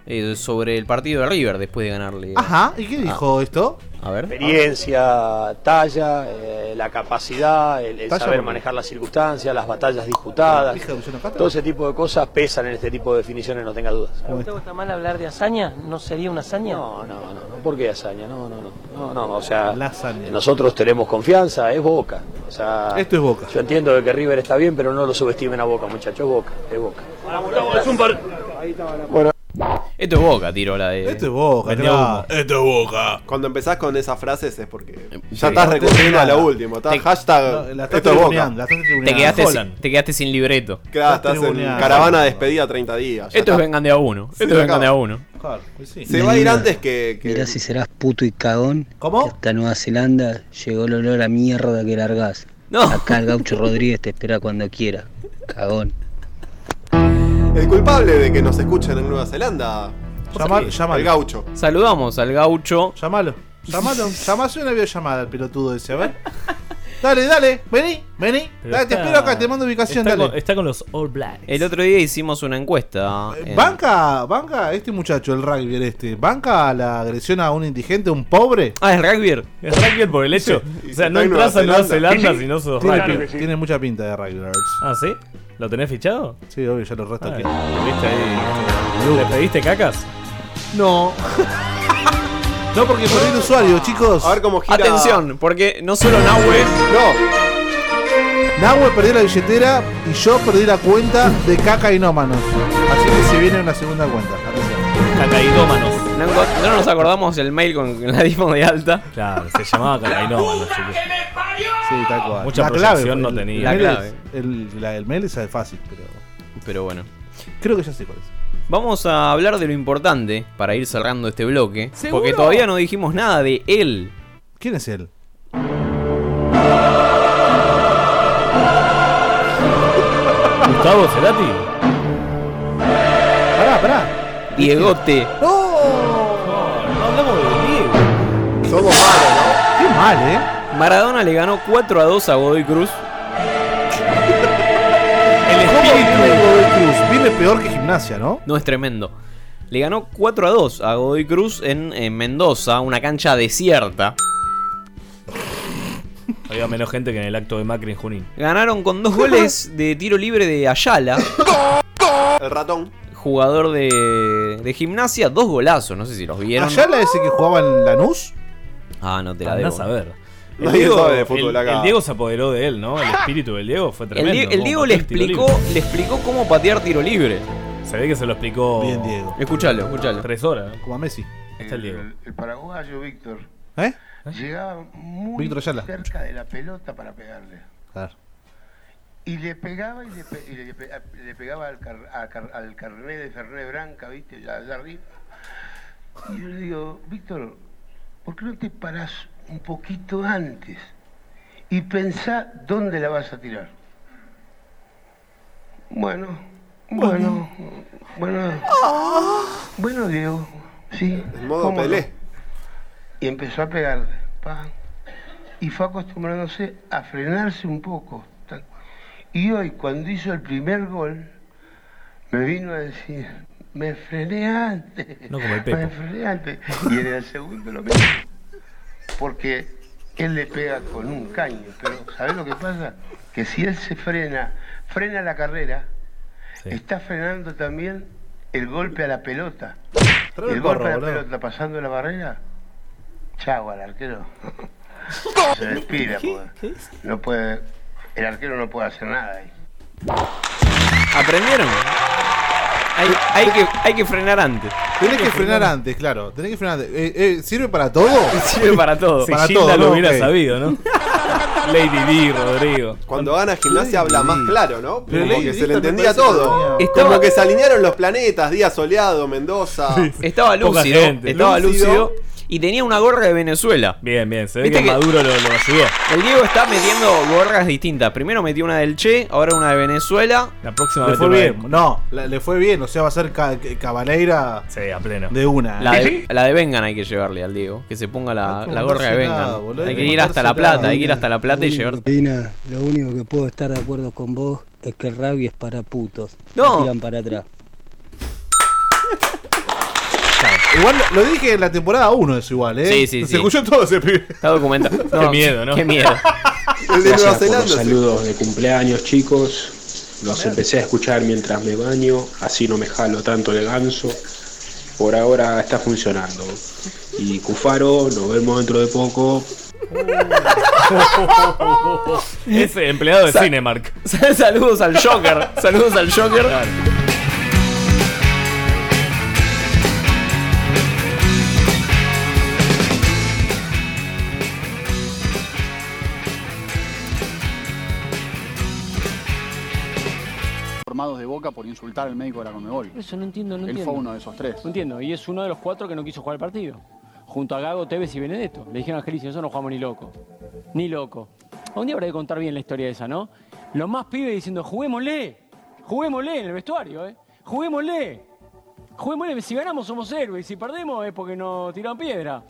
Speaker 5: Sí.
Speaker 3: sobre el partido de River después de ganarle.
Speaker 5: Ajá,
Speaker 3: Ah.
Speaker 5: ¿y qué dijo esto?
Speaker 3: A ver.
Speaker 7: experiencia, talla, eh, la capacidad, el, el
Speaker 5: Talla,
Speaker 7: saber
Speaker 5: ¿por qué?
Speaker 7: manejar las circunstancias, las batallas disputadas,
Speaker 5: Hija de Luciano Castro.
Speaker 7: todo ese tipo de cosas pesan en este tipo de definiciones, no tengas dudas.
Speaker 15: ¿A usted gusta mal hablar de hazaña? ¿No sería una hazaña?
Speaker 7: No, no, no. ¿Por qué hazaña? No, no, no. No, no, o sea, nosotros tenemos confianza, es Boca. O sea,
Speaker 5: Esto es Boca.
Speaker 7: Yo entiendo de que River está bien, pero no lo subestimen a Boca, muchachos, Boca, es Boca. Bueno,
Speaker 3: Esto es Boca, tiro la de.
Speaker 5: Esto es Boca,
Speaker 3: Vendió
Speaker 5: claro.
Speaker 3: humo.
Speaker 5: Esto es Boca.
Speaker 4: Cuando empezás con esas frases es porque
Speaker 3: sí.
Speaker 4: ya estás
Speaker 5: No te
Speaker 4: recurriendo a
Speaker 5: nada.
Speaker 4: lo último. Estás
Speaker 5: Te-
Speaker 4: hashtag
Speaker 5: no, la estás
Speaker 4: esto es
Speaker 5: tribuneando, la
Speaker 4: boca.
Speaker 5: estás
Speaker 3: Te
Speaker 5: tribuneando.
Speaker 3: quedaste,
Speaker 5: Jolan.
Speaker 3: sin, te quedaste sin libreto.
Speaker 4: Claro, estás en
Speaker 5: tribuneando.
Speaker 4: caravana despedida 30 días. ya
Speaker 3: Esto es
Speaker 4: está.
Speaker 3: vengan de a uno.
Speaker 4: Se
Speaker 3: Esto es vengan
Speaker 4: acaba.
Speaker 3: de a uno.
Speaker 5: Claro, pues sí.
Speaker 4: Se va a ir antes que. que-
Speaker 9: Mirá si serás puto y cagón.
Speaker 5: ¿Cómo?
Speaker 9: Hasta Nueva Zelanda llegó el olor a mierda que largás. Acá el gaucho Rodríguez te espera cuando quiera. Cagón.
Speaker 4: El culpable de que nos escuchen en Nueva Zelanda.
Speaker 5: Llamar- llámalo.
Speaker 4: El gaucho.
Speaker 3: Saludamos al gaucho.
Speaker 5: Llámalo. Llamalo, llamase una videollamada al pelotudo ese, a ver. Dale, dale, vení, vení.
Speaker 3: Pero
Speaker 5: Dale, te
Speaker 3: está-
Speaker 5: espero acá, te mando ubicación,
Speaker 3: está
Speaker 5: dale.
Speaker 3: con-
Speaker 2: Está con los All Blacks.
Speaker 3: El otro día hicimos una encuesta.
Speaker 5: Eh,
Speaker 3: eh, en-
Speaker 5: Banca, banca, este muchacho, el rugby este, banca la agresión a un indigente, a un pobre.
Speaker 3: Ah, es rugby.
Speaker 2: Es rugby por el hecho. O sea,
Speaker 5: Está
Speaker 2: no
Speaker 5: en
Speaker 2: entras
Speaker 5: Nueva
Speaker 2: a Nueva
Speaker 5: Zelanda.
Speaker 2: Zelanda si no sos
Speaker 5: Tiene,
Speaker 2: rugby.
Speaker 5: pi- tiene mucha pinta de rugby.
Speaker 2: Ah, ¿sí? ¿Lo tenés fichado? Ah,
Speaker 5: Sí, obvio, ya lo resto aquí.
Speaker 2: ¿Viste ahí? ¿Le pediste cacas?
Speaker 5: No. *laughs* no, porque perdí el usuario, chicos.
Speaker 4: A ver cómo gira.
Speaker 3: Atención, porque no solo Nahue.
Speaker 4: No.
Speaker 5: Nahue perdió la billetera y yo perdí la cuenta de caca y nómanos. Así que se viene una segunda cuenta.
Speaker 2: Cacaidómanos.
Speaker 3: No, enco- no nos acordamos el mail con la difo de alta.
Speaker 2: Claro, se llamaba Cacaidómanos.
Speaker 5: Sí, tal cual.
Speaker 2: Mucha proyección no tenía.
Speaker 5: La
Speaker 3: La
Speaker 5: clave. el-
Speaker 3: clave.
Speaker 5: el, el- la- el mail es fácil, pero
Speaker 3: Pero bueno.
Speaker 5: creo que ya sé cuál es.
Speaker 3: Vamos a hablar de lo importante para ir cerrando este bloque.
Speaker 5: ¿Seguro?
Speaker 3: Porque todavía no dijimos nada de él.
Speaker 5: ¿Quién es él?
Speaker 2: Gustavo Cerati.
Speaker 5: Pará, pará.
Speaker 3: Diegote.
Speaker 5: Oh.
Speaker 2: No hablamos de Diego.
Speaker 4: Todo malo,
Speaker 5: Qué mal, eh.
Speaker 3: Maradona le ganó 4 a 2 a Godoy Cruz.
Speaker 5: El espíritu de Godoy Cruz. Viene peor que gimnasia, ¿no?
Speaker 3: No es tremendo. Le ganó 4 a 2 a Godoy Cruz en, en Mendoza, una cancha desierta.
Speaker 2: Había menos gente que en el acto de Macri en Junín.
Speaker 3: Ganaron con dos goles de tiro libre de Ayala.
Speaker 4: El ratón.
Speaker 3: Jugador de, de gimnasia, dos golazos, no sé si los vieron.
Speaker 5: ¿Ayala ese que jugaba en Lanús?
Speaker 3: Ah, no te la
Speaker 2: Andá
Speaker 3: debo.
Speaker 2: a saber.
Speaker 3: El Diego-
Speaker 2: el- el Diego se apoderó de él, ¿no? El espíritu del Diego fue
Speaker 3: Ah. El,
Speaker 2: tremendo.
Speaker 3: Die- el
Speaker 2: cómo
Speaker 3: Diego
Speaker 2: pateó
Speaker 3: le
Speaker 2: el tiro
Speaker 3: explicó,
Speaker 2: libre.
Speaker 3: le explicó cómo patear tiro libre.
Speaker 2: Se ve que se lo explicó.
Speaker 5: Bien, Diego.
Speaker 3: Escuchalo, escuchalo.
Speaker 2: Tres horas.
Speaker 5: Como a Messi.
Speaker 2: Está el Diego.
Speaker 16: El paraguayo Víctor
Speaker 5: ¿Eh?
Speaker 16: llegaba muy
Speaker 5: Víctor Ayala.
Speaker 16: cerca de la pelota para pegarle. Y le pegaba y le, pe- y le pe- le pegaba al, car- al car- al carnet de Ferré Branca, ¿viste? Allá, allá arriba. Y yo le digo, Víctor, ¿por qué no te parás un poquito antes y pensá dónde la vas a tirar? Bueno, bueno, bueno.
Speaker 5: Oh.
Speaker 16: Bueno, Diego, sí.
Speaker 4: En modo
Speaker 16: ¿cómo no?
Speaker 4: Pelé.
Speaker 16: Y empezó a pegarle. pa. Y fue acostumbrándose a frenarse un poco. ta. Y hoy, cuando hizo el primer gol, me vino a decir, me frené antes.
Speaker 2: No como el
Speaker 16: me
Speaker 2: Pepo.
Speaker 16: frené antes. Y en el segundo lo mismo. Porque él le pega con un caño. Pero, ¿sabes lo que pasa? Que si él se frena, frena la carrera, está frenando también el golpe a la pelota.
Speaker 5: Trae
Speaker 16: el
Speaker 5: el
Speaker 16: golpe
Speaker 5: porro,
Speaker 16: a la
Speaker 5: boludo.
Speaker 16: pelota pasando la barrera. Chau al arquero. Se despira, pues. No puede. El arquero no puede hacer nada ahí.
Speaker 3: ¿Aprendieron? Hay, hay que, hay que frenar antes.
Speaker 5: Tenés que frenar antes, claro. Tenés que frenar antes. Eh, eh, ¿Sirve para todo?
Speaker 3: *laughs* Sirve para todo.
Speaker 5: para
Speaker 2: Gilda
Speaker 5: todo,
Speaker 2: lo
Speaker 5: ¿no?
Speaker 2: hubiera
Speaker 5: Ok.
Speaker 2: sabido, ¿no? Lady D, Rodrigo.
Speaker 4: Cuando gana gimnasia habla más claro, ¿no?
Speaker 2: Pero
Speaker 4: como
Speaker 2: Lady
Speaker 4: que
Speaker 2: Di
Speaker 4: se le
Speaker 2: también
Speaker 4: entendía
Speaker 2: parece
Speaker 4: todo.
Speaker 2: que
Speaker 4: Como que se alinearon los planetas, día soleado, Mendoza.
Speaker 3: Ah, Estaba
Speaker 4: Poca
Speaker 3: lúcido,
Speaker 4: gente.
Speaker 3: estaba lúcido y tenía una gorra de Venezuela.
Speaker 2: Bien, bien, se ve que Maduro lo, lo ayudó.
Speaker 3: El Diego está metiendo gorras distintas. Primero metió una del Che, ahora una de Venezuela.
Speaker 2: La próxima
Speaker 5: Le fue bien. No, la- le fue bien. O sea, va a ser ca- cabaleira
Speaker 2: Sí, a pleno.
Speaker 5: de una. ¿eh?
Speaker 3: La de, la de Vengan hay que llevarle al Diego, que se ponga la, la gorra de
Speaker 5: mandársela,
Speaker 3: Vengan.
Speaker 5: boludo,
Speaker 3: Hay
Speaker 5: hay
Speaker 3: que
Speaker 5: que
Speaker 3: ir hasta La
Speaker 5: mandársela.
Speaker 3: Plata, hay que ir hasta La Plata y llevar
Speaker 9: Medina, lo único que puedo estar de acuerdo con vos es que el rugby es para putos.
Speaker 3: No.
Speaker 9: Que Tiran para atrás.
Speaker 5: *laughs* Igual lo- lo dije en la temporada 1 eso igual, ¿eh?
Speaker 3: Sí, sí,
Speaker 5: Se
Speaker 3: sí.
Speaker 5: escuchó en todo ese pibe. *laughs*
Speaker 3: Está documentado. No, Qué miedo, ¿no? qué miedo.
Speaker 5: El de Nueva
Speaker 17: Gracias por
Speaker 5: Zelanda,
Speaker 17: los
Speaker 5: sí.
Speaker 17: saludos de cumpleaños, chicos. Los empecé a escuchar mientras me baño, así no me jalo tanto de ganso. Por ahora está funcionando. Y Cufaro, nos vemos dentro de poco.
Speaker 2: Es empleado de
Speaker 3: *laughs* Sa-
Speaker 2: Cinemark.
Speaker 3: Saludos al Joker. Saludos al Joker.
Speaker 18: formados de Boca por insultar al médico de la Conmebol.
Speaker 15: Eso no entiendo, no
Speaker 18: Él
Speaker 15: entiendo.
Speaker 18: fue uno de esos tres.
Speaker 15: No entiendo, y es uno de los cuatro que no quiso jugar el partido. Junto a Gago, Tevez y Benedetto. Le dijeron a Angelici, nosotros no jugamos ni loco. Ni loco. Un día habrá que contar bien la historia esa, ¿no? Los más pibes diciendo, juguémosle. Juguémosle en el vestuario, ¿eh? Juguémosle. Juguémosle, si ganamos somos héroes, y si perdemos es porque nos tiraron piedra.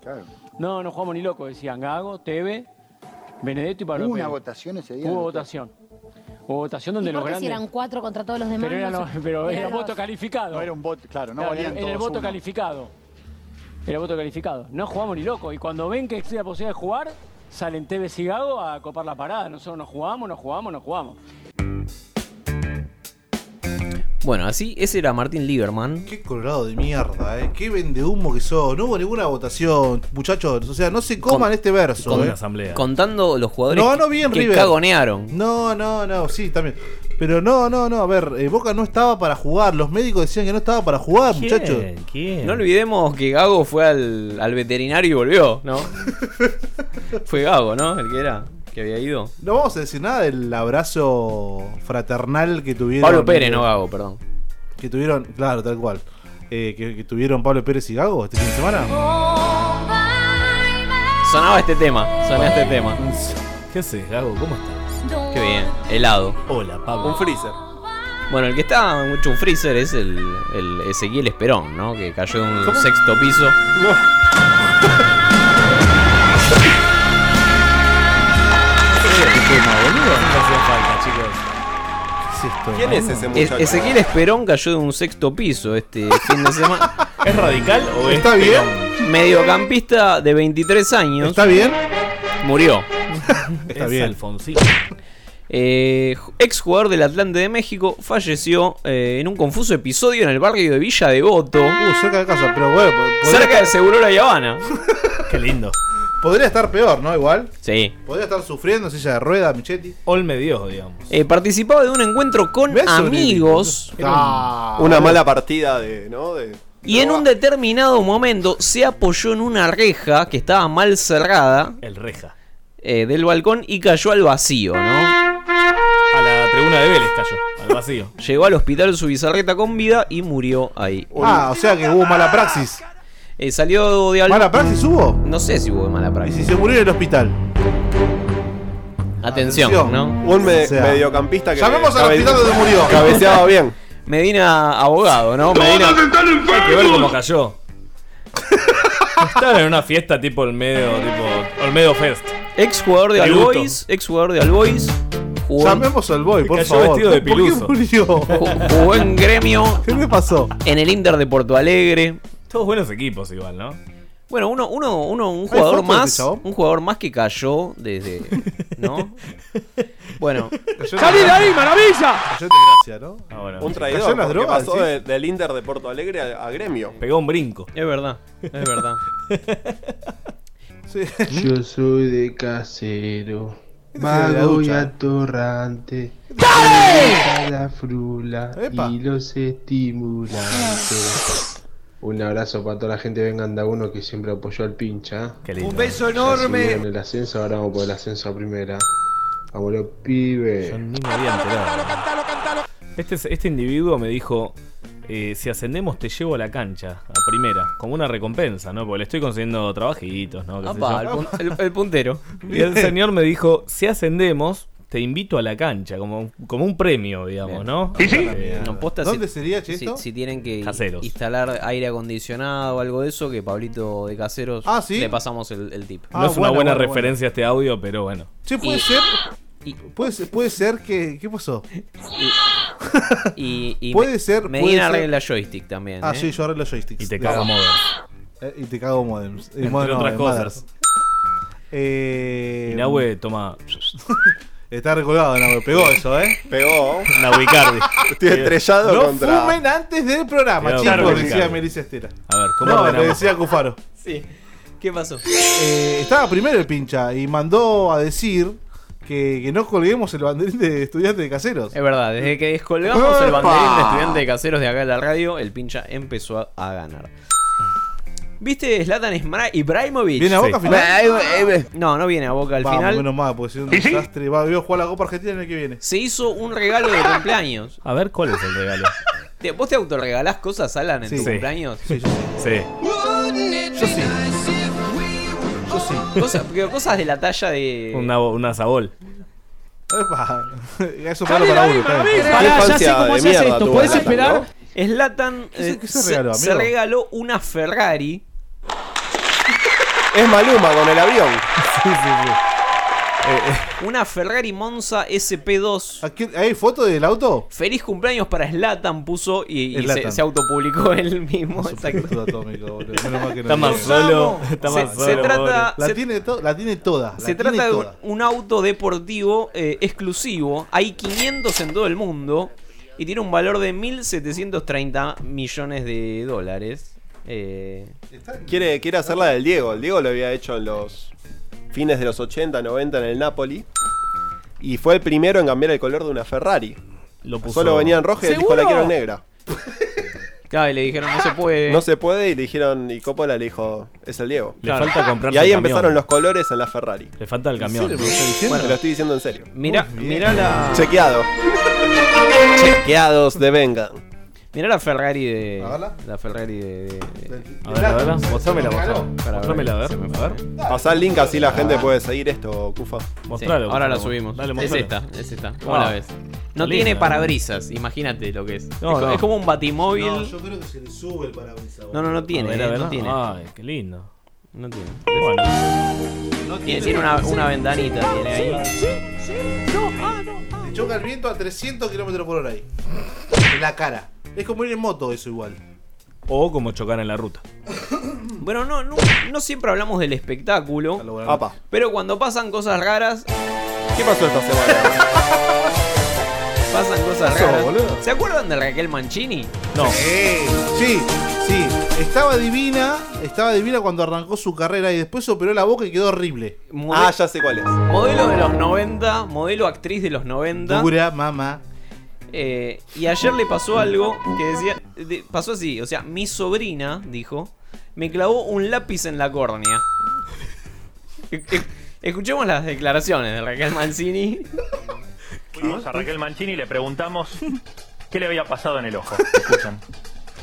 Speaker 15: No, no jugamos ni loco, decían Gago, Tevez, Benedetto y Pablo
Speaker 18: ¿Hubo una
Speaker 15: Pérez.
Speaker 18: votación ese día?
Speaker 15: Hubo votación. Hubo votación donde
Speaker 19: ¿Y
Speaker 15: los
Speaker 19: por qué si
Speaker 15: grandes...
Speaker 19: eran cuatro contra todos los demás?
Speaker 15: Pero era,
Speaker 19: No
Speaker 15: no-
Speaker 19: sé.
Speaker 15: pero
Speaker 19: Eran
Speaker 15: era
Speaker 19: dos.
Speaker 15: voto calificado.
Speaker 18: No era un voto, claro, no valían
Speaker 15: era, era el
Speaker 18: todos
Speaker 15: voto
Speaker 18: uno.
Speaker 15: calificado. Era voto calificado. No jugamos ni loco. Y cuando ven que existe la posibilidad de jugar, salen Tevez y Gago a copar la parada. Nosotros no jugamos, no jugamos, no jugamos.
Speaker 3: Bueno, así, ese era Martín Lieberman.
Speaker 5: Qué colorado de mierda, ¿eh? Qué vende humo que sos. No hubo ninguna votación, muchachos. O sea, no se coman este verso.
Speaker 3: Con-
Speaker 5: ¿eh?
Speaker 3: Contando los jugadores
Speaker 5: No ganó
Speaker 3: que-
Speaker 5: bien
Speaker 3: que
Speaker 5: River.
Speaker 3: cagonearon.
Speaker 5: No, no, no, sí, también. Pero no, no, no, a ver, eh, Boca no estaba para jugar. Los médicos decían que no estaba para jugar, muchachos.
Speaker 3: No olvidemos que Gago fue al, al veterinario y volvió,
Speaker 2: *laughs*
Speaker 3: ¿no? fue Gago, ¿no? El que era, que había ido.
Speaker 5: No vamos a decir nada del abrazo fraternal que tuvieron.
Speaker 3: Pablo Pérez, no Gago, perdón.
Speaker 5: Que tuvieron, claro, tal cual. Eh, que, que tuvieron Pablo Pérez y Gago este fin de semana.
Speaker 3: Sonaba este tema, sonaba este tema.
Speaker 2: ¿Qué haces, Gago? ¿Cómo estás?
Speaker 3: *laughs* Qué bien, helado.
Speaker 2: Hola, Pablo. Un
Speaker 4: freezer.
Speaker 3: Bueno, el que está mucho un freezer es el, el Ezequiel Esperón, ¿no? Que cayó de un
Speaker 4: ¿Cómo?
Speaker 3: sexto piso.
Speaker 2: Este No hacía falta, chicos.
Speaker 5: es esto?
Speaker 4: ¿Quién es ese muchacho?
Speaker 3: E- Ezequiel Esperón cayó de un sexto piso este fin de semana.
Speaker 2: *laughs* ¿Es radical o es
Speaker 5: ¿Está bien?
Speaker 3: Mediocampista de 23 años.
Speaker 5: ¿Está bien?
Speaker 3: Murió.
Speaker 2: Está Es bien. Alfonsín.
Speaker 3: Eh, ex jugador del Atlante de México falleció eh, en un confuso episodio en el barrio de Villa Devoto.
Speaker 5: Uh, cerca de casa, pero bueno. pues,
Speaker 3: Cerca de Seguro La Habana.
Speaker 2: *laughs* Qué lindo.
Speaker 5: Podría estar peor, ¿no? Igual.
Speaker 3: Sí.
Speaker 5: Podría estar sufriendo silla de rueda, Michetti.
Speaker 2: Olme Dios, digamos.
Speaker 3: Eh, participaba de un encuentro con
Speaker 5: ¿Ves, Uribe?
Speaker 3: amigos.
Speaker 5: Ah,
Speaker 4: Una mala partida de, ¿no? De,
Speaker 3: Y en un determinado momento se apoyó en una reja que estaba mal cerrada
Speaker 2: El reja.
Speaker 3: eh, del balcón y cayó al vacío, ¿no?
Speaker 2: A la tribuna de Vélez cayó, al vacío.
Speaker 3: Llegó al hospital su bizarreta con vida y murió ahí.
Speaker 5: Ah, o sea que hubo mala praxis.
Speaker 3: Eh, salió de algo.
Speaker 5: ¿Mala praxis hubo?
Speaker 3: No sé si hubo mala praxis.
Speaker 5: Y se murió en el hospital.
Speaker 3: Atención,
Speaker 5: Atención.
Speaker 3: ¿no?
Speaker 4: Un me- O sea, mediocampista que- llamemos al hospital
Speaker 5: donde murió.
Speaker 4: Cabeceaba bien.
Speaker 3: Medina abogado, ¿no? Medina.
Speaker 2: Hay que ver cómo cayó. Estaban en una fiesta tipo el medio, tipo Olmedo Fest.
Speaker 3: Ex jugador de
Speaker 2: Tributo.
Speaker 3: Albois, ex jugador de Albois. Jugó, en-
Speaker 5: Llamemos al boy, por
Speaker 2: Cayó
Speaker 5: favor.
Speaker 2: vestido de
Speaker 5: ¿Por qué
Speaker 2: piluso.
Speaker 5: murió?
Speaker 3: jugó en gremio
Speaker 5: ¿Qué le pasó?
Speaker 3: en el Inter de Porto Alegre.
Speaker 2: Todos buenos equipos igual, ¿no?
Speaker 3: Bueno, uno, uno, uno, un jugador
Speaker 5: fotos de ese
Speaker 3: más.
Speaker 5: chabón?
Speaker 3: Un jugador más que cayó desde.
Speaker 5: *laughs*
Speaker 3: ¿No? Bueno.
Speaker 5: ¡Salí de ahí,
Speaker 15: maravilla!
Speaker 5: Cayó de gracia, ¿no?
Speaker 3: Ah,
Speaker 4: Un
Speaker 5: Cayó
Speaker 4: traidor.
Speaker 5: en las
Speaker 4: porque
Speaker 5: drogas,
Speaker 4: pasó
Speaker 5: sí.
Speaker 4: de- del Inter de Porto Alegre a, a
Speaker 5: *laughs*
Speaker 4: Gremio.
Speaker 2: Pegó un brinco.
Speaker 3: Es verdad, es verdad.
Speaker 5: *laughs*
Speaker 19: Yo soy de casero,
Speaker 5: es de la
Speaker 19: vago y
Speaker 5: ducha?
Speaker 19: atorrante. Me gusta La frula y los estimulantes. Un abrazo para toda la gente de Venga Uno que siempre apoyó al pincha. ¿eh?
Speaker 2: Un
Speaker 8: beso
Speaker 19: Ya
Speaker 8: enorme.
Speaker 19: subieron el ascenso, ahora vamos por el ascenso a primera. Vamos los pibes.
Speaker 2: Este, es- este individuo me dijo: eh, Si ascendemos, te llevo a la cancha, a primera, como una recompensa, ¿no? Porque le estoy consiguiendo trabajitos, ¿no? Qué sé
Speaker 3: Apa, el,
Speaker 2: yo.
Speaker 3: pun- el- el puntero.
Speaker 2: Y el señor me dijo: Si ascendemos, te invito a la cancha, como, como un premio, digamos, ¿no?
Speaker 3: ¿Y sí? No, posta,
Speaker 5: ¿Dónde
Speaker 3: si,
Speaker 5: sería, che,
Speaker 3: si-
Speaker 5: esto?
Speaker 3: si tienen que
Speaker 2: Caseros.
Speaker 3: instalar aire acondicionado o algo de eso, que Pablito de Caseros
Speaker 5: Ah, ¿sí? Ah,
Speaker 3: le pasamos el, el tip.
Speaker 2: No es una buena, referencia este audio, pero bueno.
Speaker 5: Che, puede
Speaker 3: Y-
Speaker 5: ser. Puede, ser- puede ser que. ¿Qué pasó? *laughs*
Speaker 3: Y, y
Speaker 5: Puede
Speaker 3: Me-
Speaker 5: ser,
Speaker 3: Medina
Speaker 5: puede ser.
Speaker 3: arregla joystick también.
Speaker 5: Ah,
Speaker 3: ¿eh?
Speaker 5: sí, yo arreglo joysticks.
Speaker 2: Y te
Speaker 5: De
Speaker 2: cago
Speaker 5: verdad.
Speaker 2: modems.
Speaker 5: Eh, y te cago modems. Y
Speaker 2: Entre
Speaker 5: modems,
Speaker 2: otras
Speaker 5: eh,
Speaker 2: cosas.
Speaker 5: mothers. Eh,
Speaker 2: Y Nahue toma.
Speaker 5: *laughs* Está recolgado, Nahue. Pegó eso, ¿eh.
Speaker 4: Pegó.
Speaker 2: Nahuicardi.
Speaker 4: *laughs* Estoy estrellado
Speaker 5: No
Speaker 4: contra.
Speaker 5: fumen antes del programa,
Speaker 2: Cuidado,
Speaker 5: chicos,
Speaker 2: claro,
Speaker 5: decía
Speaker 2: claro.
Speaker 5: Melissa Estela.
Speaker 2: A ver, ¿cómo
Speaker 5: No,
Speaker 2: ordenamos?
Speaker 5: le decía Cufaro.
Speaker 3: Sí. ¿Qué pasó?
Speaker 5: Eh, estaba primero el pincha y mandó a decir que, que no colguemos el banderín de estudiantes de *laughs* caseros.
Speaker 3: Es verdad, desde que descolgamos el
Speaker 5: ¡Epa!
Speaker 3: banderín de estudiante de caseros de acá de la radio, el pincha empezó a, a ganar. ¿Viste Zlatan Smra- Ibrahimovic?
Speaker 5: ¿Viene a Boca
Speaker 3: Sí.
Speaker 5: al final?
Speaker 3: Eh, eh, eh. No, no viene a Boca al
Speaker 5: Vamos,
Speaker 3: final.
Speaker 5: menos mal, porque si es un desastre. Va, voy a jugar la Copa Argentina en el que viene.
Speaker 3: Se hizo un regalo de cumpleaños.
Speaker 2: A ver, ¿cuál es el regalo?
Speaker 3: Te- ¿Vos te autorregalás cosas, Alan, en
Speaker 5: Sí.
Speaker 3: tu
Speaker 5: Sí.
Speaker 3: cumpleaños?
Speaker 2: Sí.
Speaker 5: Yo sí. Yo sí.
Speaker 3: Cosas, pero cosas de la talla de.
Speaker 2: Una, una sabol.
Speaker 5: Epa. *laughs* Eso para para uno. está bien.
Speaker 4: Pará, ya sé cómo se hace esto. ¿Podés esperar?
Speaker 3: Slatan eh,
Speaker 5: se- qué se
Speaker 3: se,
Speaker 5: regaló,
Speaker 3: se
Speaker 5: amigo?
Speaker 3: regaló una Ferrari.
Speaker 4: Es Maluma con
Speaker 5: *laughs*
Speaker 4: el avión.
Speaker 3: Una Ferrari Monza SP2.
Speaker 5: Eh, ¿A quién- ¿Hay foto del auto?
Speaker 3: Feliz cumpleaños para Slatan puso y, y se,
Speaker 5: Zlatan.
Speaker 3: se autopublicó él mismo. exacto.
Speaker 5: Todo atómico, boludo. Menos mal que no
Speaker 2: Está más
Speaker 5: lo-
Speaker 2: solo. Está
Speaker 3: Se-
Speaker 2: más
Speaker 3: se
Speaker 2: solo.
Speaker 3: trata-
Speaker 2: pobre.
Speaker 5: La,
Speaker 3: se-
Speaker 5: tiene to- la tiene toda. la
Speaker 3: Se
Speaker 5: tiene
Speaker 3: trata de un,
Speaker 5: toda.
Speaker 3: un auto deportivo eh, exclusivo. Hay 500 en todo el mundo y tiene un valor de 1.730 millones de dólares. Eh,
Speaker 4: Quiere, quiere hacer la del Diego. El Diego lo había hecho en los fines de los 80, 90 en el Napoli. Y fue el primero en cambiar el color de una Ferrari.
Speaker 2: Lo puso-
Speaker 4: Solo venía en roja y él dijo la
Speaker 3: ¿Seguro?
Speaker 4: quiero negra.
Speaker 3: claro, y le dijeron, no se puede.
Speaker 4: No se puede y le dijeron, y Coppola le dijo, es el Diego.
Speaker 2: Le falta comprarse
Speaker 4: Y ahí
Speaker 2: el camión.
Speaker 4: empezaron los colores en la Ferrari.
Speaker 2: Le falta el
Speaker 5: ¿En serio
Speaker 2: camión.
Speaker 5: me lo está diciendo?
Speaker 4: Te lo estoy diciendo en serio.
Speaker 3: Mirá, mirá la,
Speaker 4: Chequeado. Chequeados de Vengan.
Speaker 3: mirá la Ferrari de...
Speaker 5: A verla.
Speaker 3: La Ferrari de... de- de-
Speaker 2: A ver, a ver. Mostrámela, mostrámela.
Speaker 3: para ver
Speaker 2: Mostrámela, a
Speaker 3: si
Speaker 2: ver.
Speaker 3: me-
Speaker 2: A ver.
Speaker 4: Pasá el link así
Speaker 3: Ah,
Speaker 4: la gente puede seguir esto, Cufa.
Speaker 3: Sí,
Speaker 2: Mostralo.
Speaker 3: ahora la
Speaker 2: mostralo.
Speaker 3: subimos.
Speaker 2: Dale,
Speaker 3: es
Speaker 2: mostralo.
Speaker 3: esta, es esta. ¿Cómo
Speaker 2: Ah.
Speaker 3: la ves? No
Speaker 2: Linda.
Speaker 3: tiene parabrisas, imagínate lo que es.
Speaker 2: No,
Speaker 3: es, co-
Speaker 2: no.
Speaker 3: es como un batimóvil.
Speaker 5: No,
Speaker 3: No,
Speaker 5: yo creo que se le sube el parabrisas.
Speaker 3: no, no, tiene,
Speaker 2: A ver, a
Speaker 3: eh,
Speaker 2: ver.
Speaker 3: no tiene.
Speaker 2: Ay, qué lindo.
Speaker 3: No tiene.
Speaker 2: Bueno,
Speaker 5: ah,
Speaker 3: Tiene, tiene una, una ventanita, tiene ahí.
Speaker 5: choca el viento a 300 kilómetros por hora ahí. En la cara. Es como ir en moto eso igual.
Speaker 2: O como chocar en la ruta.
Speaker 3: Bueno, no, no, no siempre hablamos del espectáculo.
Speaker 4: Apa.
Speaker 3: Pero cuando pasan cosas raras.
Speaker 4: ¿Qué pasó esta semana?
Speaker 3: *laughs* pasan cosas
Speaker 5: pasó,
Speaker 3: raras.
Speaker 5: boludo?
Speaker 3: ¿Se acuerdan de Raquel Mancini?
Speaker 5: No. Sí, sí, sí. Estaba divina, estaba divina cuando arrancó su carrera y después se operó la boca y quedó horrible.
Speaker 4: Ah, ya sé cuál es.
Speaker 3: Modelo de los 90, modelo actriz de los 90.
Speaker 5: Dura, mamá.
Speaker 3: Eh, y ayer le pasó algo que decía. de- pasó así, o sea, mi sobrina, dijo, me clavó un lápiz en la córnea. E- e- Escuchemos las declaraciones de Raquel Mancini.
Speaker 20: Fuimos a Raquel Mancini y le preguntamos
Speaker 2: *laughs*
Speaker 20: qué le había pasado en el ojo. *laughs* Escuchan.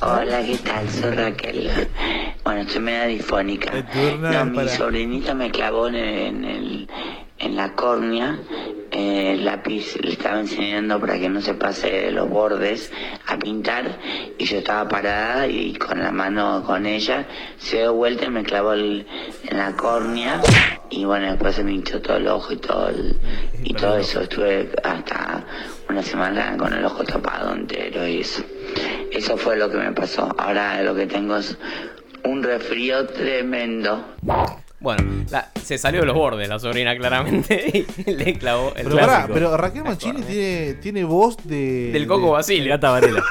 Speaker 12: Hola, ¿qué tal? Soy Raquel. Bueno, estoy media difónica.
Speaker 20: turno
Speaker 12: No, mi
Speaker 20: para-
Speaker 12: sobrinita me clavó en, el- en el- en la córnea eh, el lápiz. Le estaba enseñando para que no se pase de los bordes a pintar. Y yo estaba parada y con la mano con ella se dio vuelta y me clavó el- en la córnea. Y bueno, después se me hinchó todo el ojo y todo, el- y todo eso. Estuve hasta una semana con el ojo tapado entero y eso. Eso fue lo que me pasó. Ahora lo que tengo es un resfrío tremendo.
Speaker 3: Bueno, la- se salió de los bordes la sobrina claramente *laughs* y le clavó el
Speaker 5: Pero pará,
Speaker 3: clásico.
Speaker 5: pero Raquel Mancini
Speaker 2: eh.
Speaker 5: tiene, tiene voz de.
Speaker 3: Del Coco Basile.
Speaker 2: Gata Varela.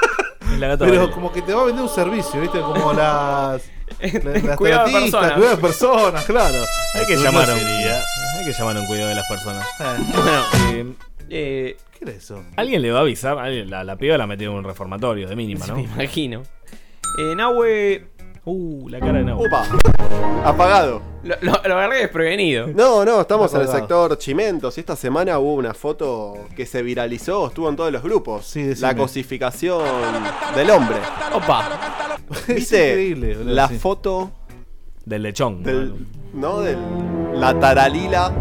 Speaker 2: La gata
Speaker 5: Pero
Speaker 2: Varela.
Speaker 5: como que te va a vender un servicio, ¿viste?
Speaker 2: *laughs*
Speaker 5: Como las. la- las
Speaker 2: Cuidado de
Speaker 5: tratistas,
Speaker 2: personas.
Speaker 5: cuidado de personas, claro.
Speaker 2: Hay que
Speaker 5: Tú no
Speaker 2: llamar a un
Speaker 5: serías.
Speaker 2: día. Hay que llamar a un cuidado de las personas.
Speaker 3: *laughs* Bueno,
Speaker 2: eh,
Speaker 5: ¿Qué era eso?
Speaker 2: Alguien le va a avisar. alguien- la, la piba la metió en un reformatorio, de mínima, ¿no?
Speaker 3: Me imagino. Eh, Nahue.
Speaker 2: Uh, la cara de Nahue.
Speaker 4: Opa. Apagado.
Speaker 3: Lo, lo- lo agarré desprevenido.
Speaker 4: No, no, estamos en el
Speaker 3: Apagado.
Speaker 4: sector Chimentos y esta semana hubo una foto que se viralizó, estuvo en todos los grupos. la cosificación del
Speaker 2: *laughs*
Speaker 4: hombre.
Speaker 3: Opa.
Speaker 4: ¿Viste?
Speaker 5: increíble, boludo,
Speaker 4: la
Speaker 5: sí.
Speaker 4: foto
Speaker 2: del lechón.
Speaker 4: Del, no, del la taralila.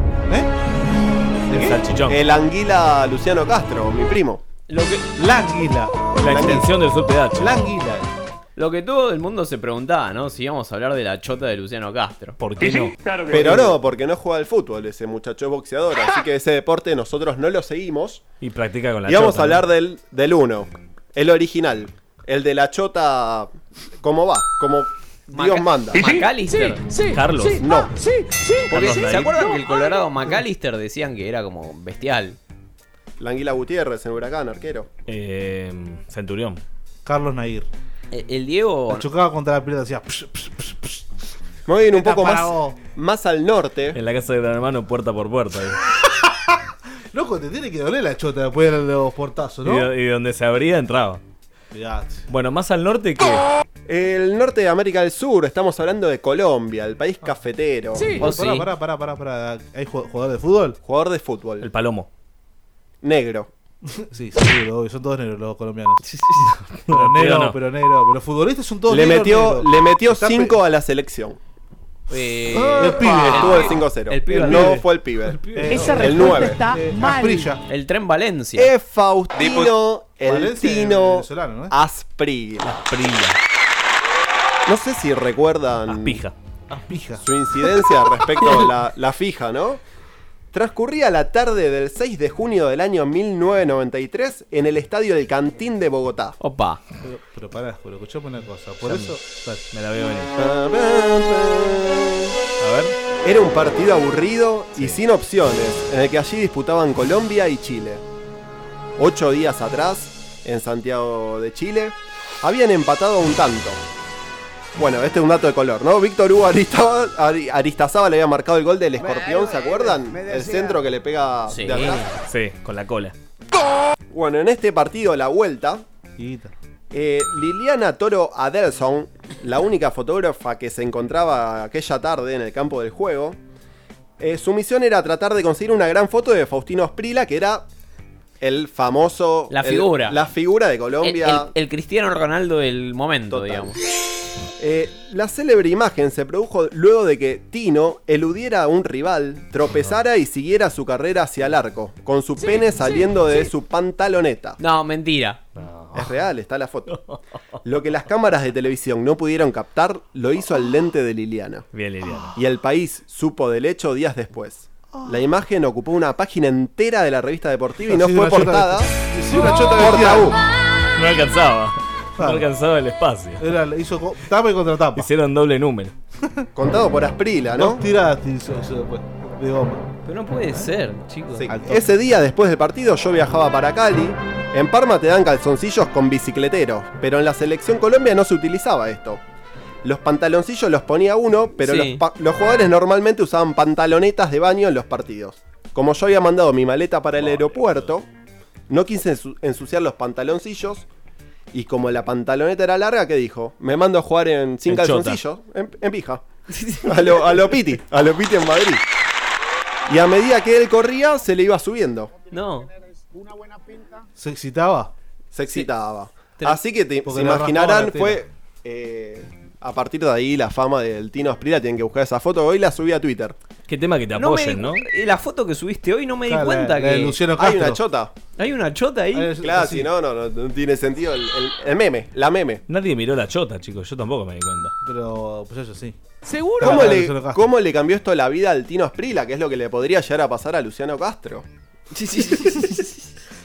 Speaker 4: ¿Eh?
Speaker 2: El salchichón.
Speaker 4: El anguila Luciano Castro, mi primo.
Speaker 3: Lo que...
Speaker 5: La anguila.
Speaker 2: La extensión del subpH.
Speaker 5: La anguila.
Speaker 3: Lo que todo el mundo se preguntaba, ¿no? Si íbamos a hablar de la chota de Luciano Castro.
Speaker 2: ¿Por
Speaker 4: qué no? Pero no, porque no juega al fútbol, ese muchacho es boxeador, así que ese deporte nosotros no lo seguimos.
Speaker 2: Y practica con la
Speaker 4: Y vamos a
Speaker 2: chota,
Speaker 4: hablar
Speaker 2: ¿no?
Speaker 4: del, del uno, el original, el de la chota, ¿cómo va? Como Dios
Speaker 3: Maca-
Speaker 4: manda.
Speaker 3: ¿McAllister?
Speaker 4: Carlos. no.
Speaker 3: sí, sí. Porque,
Speaker 4: Carlos
Speaker 3: ¿Se
Speaker 4: David.
Speaker 3: acuerdan que el Colorado McAllister decían que era como bestial?
Speaker 4: La Anguila Gutiérrez en Huracán, arquero.
Speaker 2: Eh, Centurión.
Speaker 5: Carlos Nair.
Speaker 3: Eh, El Diego.
Speaker 5: La chocaba contra la pelota, hacía.
Speaker 4: Me voy a ir un
Speaker 5: Está
Speaker 4: poco
Speaker 5: para
Speaker 4: más,
Speaker 5: vos.
Speaker 4: más al norte.
Speaker 2: En la casa de Gran Hermano, puerta por puerta. ahí.
Speaker 5: Loco, te tiene que doler la chota después de los portazos,
Speaker 2: Y,
Speaker 5: ¿no?
Speaker 2: de- y de donde se abría, entraba. Bueno, más al norte que.
Speaker 4: El norte de América del Sur, estamos hablando de Colombia, el
Speaker 3: Ah.
Speaker 4: país cafetero.
Speaker 2: Oh,
Speaker 5: pará, pará, pará, pará, pará. ¿Hay jue- jugador de fútbol?
Speaker 4: Oh, Jugador de fútbol. El
Speaker 2: Palomo.
Speaker 4: Negro.
Speaker 5: *laughs* sí, seguro, obvio, son todos negros los colombianos. *laughs* Pero negro,
Speaker 4: Pero no.
Speaker 5: pero negro, pero futbolistas son todos
Speaker 4: Le
Speaker 5: negros.
Speaker 4: metió,
Speaker 5: negros.
Speaker 4: le metió
Speaker 5: Está pe- Ah,
Speaker 4: 5 a la selección.
Speaker 3: Eh,
Speaker 4: el pibe. Estuvo el 5-0.
Speaker 3: El pibe.
Speaker 4: no
Speaker 3: pibe.
Speaker 4: fue el pibe.
Speaker 3: Esa
Speaker 4: el
Speaker 3: respuesta
Speaker 4: 9.
Speaker 3: está Eh, mal. Asprilla. El tren Valencia.
Speaker 4: Es Faustino, el
Speaker 5: Valencia es
Speaker 4: Tino
Speaker 5: este venezolano, ¿eh? ¿no es?
Speaker 4: Asprilla. No sé si recuerdan Ah, su incidencia respecto a la, la fija, ¿no? Transcurría la tarde del 6 de junio del año 1993 en el estadio del Cantín de Bogotá.
Speaker 3: Opa.
Speaker 5: Pero, pero pará, Juro, escuchame una cosa. Por
Speaker 4: Ya Ah,
Speaker 5: eso.
Speaker 2: Me la veo venir.
Speaker 4: A ah. ver. Era un partido aburrido y sin opciones, en el que allí disputaban Colombia y Chile. Ocho días atrás, en Santiago de Chile, habían empatado a un tanto. Bueno, este es un dato de color, ¿no? Víctor Hugo Aristaba- Ari- Aristazábal le había marcado el gol del escorpión, ¿se acuerdan? El centro que le pega de atrás.
Speaker 2: Sí, con la cola.
Speaker 4: Bueno, en este partido, la vuelta, eh, Liliana Toro Adelson, la única fotógrafa que se encontraba aquella tarde en el campo del juego, eh, su misión era tratar de conseguir una gran foto de Faustino Sprila, que era el famoso.
Speaker 3: La
Speaker 4: el-
Speaker 3: figura.
Speaker 4: la figura de Colombia.
Speaker 3: El, el- el Cristiano Ronaldo del momento, digamos.
Speaker 4: Eh, la célebre imagen se produjo luego de que Tino eludiera a un rival, tropezara y siguiera su carrera hacia el arco, con su pene saliendo de su pantaloneta.
Speaker 3: No, mentira.
Speaker 4: Es real, está la
Speaker 2: *laughs*
Speaker 4: foto. Lo que las cámaras de televisión no pudieron captar, lo hizo al lente de Liliana.
Speaker 2: Bien, Liliana.
Speaker 4: Y el país supo del hecho días después. La imagen ocupó una página entera de la revista deportiva y no
Speaker 2: Sí,
Speaker 4: fue
Speaker 2: una chota
Speaker 4: portada.
Speaker 2: vestida. Sí, una chota
Speaker 4: por
Speaker 2: vestida.
Speaker 4: tabú.
Speaker 2: No alcanzaba. No alcanzaba el espacio.
Speaker 5: Era, hizo tapa y contra tapa.
Speaker 2: Hicieron doble número.
Speaker 4: Contado por Asprila, ¿no?
Speaker 5: Dos tiradas te hizo eso después, de goma.
Speaker 3: Pero no puede ser, chicos.
Speaker 4: Ese día, después del partido, yo viajaba para Cali. En Parma te dan calzoncillos con bicicletero, pero en la selección Colombia no se utilizaba esto. Los pantaloncillos los ponía uno, pero
Speaker 3: Sí.
Speaker 4: los, pa- los jugadores normalmente usaban pantalonetas de baño en los partidos. Como yo había mandado mi maleta para el aeropuerto, no quise ensu- ensuciar los pantaloncillos. Y como la pantaloneta era larga, ¿qué dijo? Me mando a jugar en, sin
Speaker 2: En chota.
Speaker 4: calzoncillos, *laughs* en, en pija. A lo, a lo Piti, a lo Piti en Madrid. Y a medida que él corría, se le iba subiendo.
Speaker 3: No.
Speaker 5: ¿Se excitaba?
Speaker 4: Se excitaba. Así que te,
Speaker 5: Porque
Speaker 4: se
Speaker 5: le raspaba la
Speaker 4: imaginarán,
Speaker 5: tela.
Speaker 4: fue. eh, a partir de ahí, la fama del Tino Asprila. Tienen que buscar esa foto. Hoy la subí a Twitter.
Speaker 2: Qué tema que te
Speaker 3: No me
Speaker 2: apoyen,
Speaker 3: di-
Speaker 2: ¿no?
Speaker 3: eh, La foto que subiste hoy no me di
Speaker 4: Claro, la-
Speaker 3: cuenta
Speaker 4: la
Speaker 3: que.
Speaker 4: de Luciano Hay Castro. una chota.
Speaker 3: Hay una chota ahí.
Speaker 4: Claro, si no, no, no, no tiene sentido el, el- el meme, la meme.
Speaker 2: Nadie miró la chota, chicos. Yo tampoco me di cuenta.
Speaker 5: Pero, pues eso sí.
Speaker 3: ¿Seguro?
Speaker 4: ¿Cómo le, cómo le cambió esto la vida al Tino Asprila? Que es lo que le podría llegar a pasar a Luciano Castro.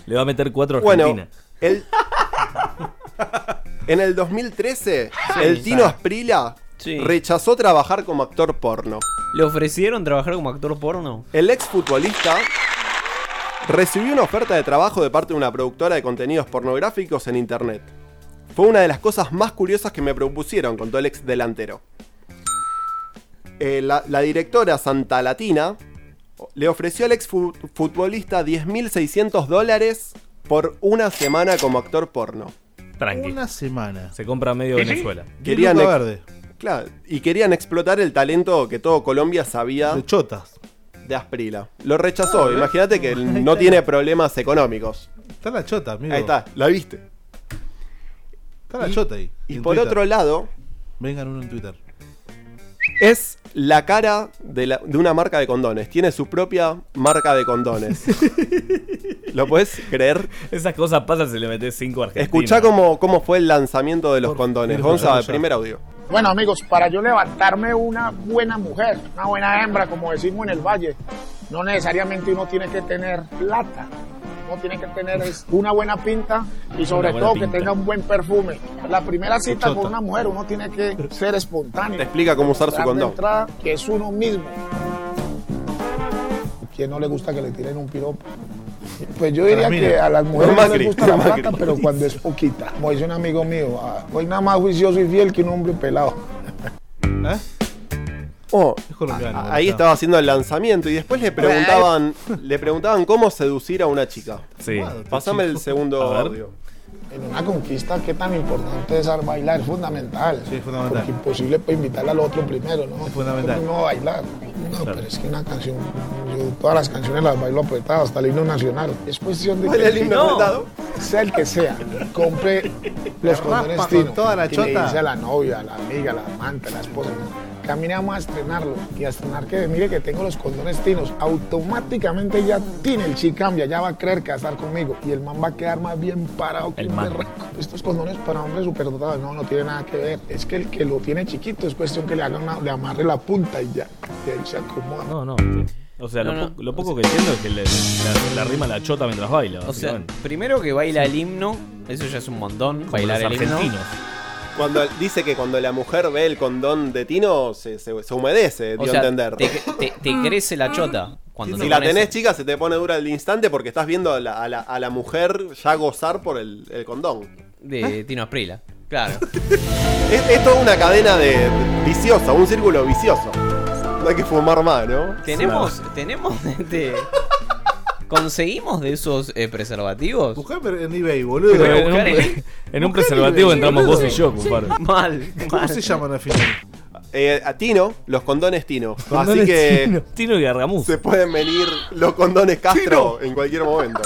Speaker 2: Le va a meter cuatro a
Speaker 4: Bueno,
Speaker 2: Argentina.
Speaker 4: el- en el 2013, el Tino Asprila
Speaker 3: Sí.
Speaker 4: rechazó trabajar como actor porno.
Speaker 3: ¿Le ofrecieron trabajar como actor porno?
Speaker 4: El exfutbolista recibió una oferta de trabajo de parte de una productora de contenidos pornográficos en internet. Fue una de las cosas más curiosas que me propusieron, contó el ex delantero. Eh, la, la directora Santa Latina le ofreció al ex fu- futbolista 10.600 dólares por una semana como actor porno.
Speaker 2: Tranqui.
Speaker 5: Una semana.
Speaker 2: Se compra medio
Speaker 4: ¿Sí?
Speaker 2: Venezuela.
Speaker 4: Querían
Speaker 5: Luca
Speaker 4: ex-
Speaker 5: Verde.
Speaker 4: Claro, y querían explotar el talento que todo Colombia sabía. De
Speaker 5: chotas.
Speaker 4: De Asprila. Lo
Speaker 5: Ah,
Speaker 4: rechazó. Imagínate
Speaker 5: *laughs*
Speaker 4: que él no tiene problemas económicos.
Speaker 5: Está la chota, amigo.
Speaker 4: Ahí está, la viste.
Speaker 5: Está la chota ahí.
Speaker 4: Y
Speaker 5: en
Speaker 4: por
Speaker 5: Twitter.
Speaker 4: otro lado,
Speaker 5: Vengan uno en Twitter.
Speaker 4: es la cara de, la- de una marca de condones. Tiene su propia marca de
Speaker 5: *laughs*
Speaker 4: condones. ¿Lo puedes creer?
Speaker 2: Esas cosas pasan si le metes cinco a Argentina.
Speaker 4: Escuchá cómo, cómo fue el lanzamiento de los condones.
Speaker 2: Dios,
Speaker 4: Gonza,
Speaker 2: ya.
Speaker 4: primer audio.
Speaker 21: Bueno amigos, para yo levantarme una buena mujer, una buena hembra, como decimos en el valle, no necesariamente uno tiene que tener plata, uno tiene que tener es una buena pinta y sobre
Speaker 4: buena
Speaker 21: todo
Speaker 4: pinta.
Speaker 21: que tenga un buen perfume. La primera cita con
Speaker 4: Chota.
Speaker 21: una mujer uno tiene que ser espontáneo.
Speaker 4: Te explica cómo usar su
Speaker 21: Dar de
Speaker 4: condón.
Speaker 21: entrada que es uno mismo. ¿Quién no le gusta que le tiren un piropo? Pues yo
Speaker 4: Pero
Speaker 21: diría
Speaker 4: mira,
Speaker 21: que a las mujeres
Speaker 4: con
Speaker 21: no
Speaker 4: Macri,
Speaker 21: les gusta
Speaker 4: con
Speaker 21: la
Speaker 4: Macri.
Speaker 21: plata, pero cuando es poquita. Como dice un amigo mío, ah, soy nada más juicioso y fiel que un hombre pelado.
Speaker 5: ¿Eh?
Speaker 4: Oh,
Speaker 5: colombiano,
Speaker 4: a-
Speaker 5: bueno,
Speaker 4: Ah, ahí
Speaker 5: está.
Speaker 4: estaba haciendo el lanzamiento y después le preguntaban, le preguntaban cómo seducir a una chica.
Speaker 2: Sí.
Speaker 4: Pásame el segundo
Speaker 2: A ver.
Speaker 4: audio.
Speaker 21: En una conquista, ¿qué tan importante es saber bailar? Es fundamental. Sí, es
Speaker 5: fundamental.
Speaker 21: Porque imposible pues, invitar al otro primero, ¿no? Es
Speaker 5: fundamental.
Speaker 21: No bailar. No, pero es que una canción, yo todas las canciones las bailo apretadas, hasta el himno nacional. Es cuestión de
Speaker 4: ¿Baila el himno
Speaker 21: No.
Speaker 4: apretado?
Speaker 21: Sea el que sea, compre los
Speaker 5: raspa
Speaker 21: condones
Speaker 5: con
Speaker 21: Tino
Speaker 5: toda la
Speaker 21: y le
Speaker 5: chota.
Speaker 21: dice a la novia, a la amiga, a la amante, a la esposa. Caminamos a estrenarlo y a estrenar que mire que tengo los condones tinos. Automáticamente ya tiene el chi cambia, ya va a creer casar conmigo y el man va a quedar más bien parado que un berraco. Estos condones para hombres superdotados no, no tiene nada que ver. Es que el que lo tiene chiquito es cuestión que le haga una- le amarre la punta y ya. Y ahí se acomoda.
Speaker 2: No, no. O sea,
Speaker 21: No,
Speaker 2: lo,
Speaker 21: no.
Speaker 2: po- lo poco que entiendo es que le, la, la rima la chota mientras baila.
Speaker 3: O sea,
Speaker 2: básicamente.
Speaker 3: primero que baila el himno, eso ya es un montón. Bailar
Speaker 2: los
Speaker 3: el himno.
Speaker 2: argentinos.
Speaker 4: Cuando dice que cuando la mujer ve el condón de Tino se, se, se humedece,
Speaker 3: O
Speaker 4: dio
Speaker 3: sea,
Speaker 4: a entender.
Speaker 3: te, te- te
Speaker 4: Mm.
Speaker 3: crece la chota cuando
Speaker 4: si
Speaker 3: te
Speaker 4: la
Speaker 3: pones-
Speaker 4: tenés chica se te pone dura al instante porque estás viendo a la, a la- a la mujer ya gozar por el, el condón. ¿Eh?
Speaker 3: de Tino Asprila.
Speaker 4: *laughs*
Speaker 3: Claro.
Speaker 4: Es, es toda una cadena de, de- viciosa, un círculo vicioso. No hay que fumar más, ¿no?
Speaker 3: Tenemos, tenemos, *laughs* este, conseguimos de esos eh, preservativos.
Speaker 5: Buscame en eBay, boludo.
Speaker 2: Pero en un-
Speaker 3: *laughs*
Speaker 2: *laughs* en un preservativo entramos vos y yo, compadre.
Speaker 3: Mal.
Speaker 5: ¿Cómo se llaman al final?
Speaker 4: Eh, a Tino, los condones Tino.
Speaker 5: Condones
Speaker 4: Así que
Speaker 5: Tino.
Speaker 2: Tino y Gargamuz.
Speaker 4: se pueden venir los condones Castro en cualquier momento.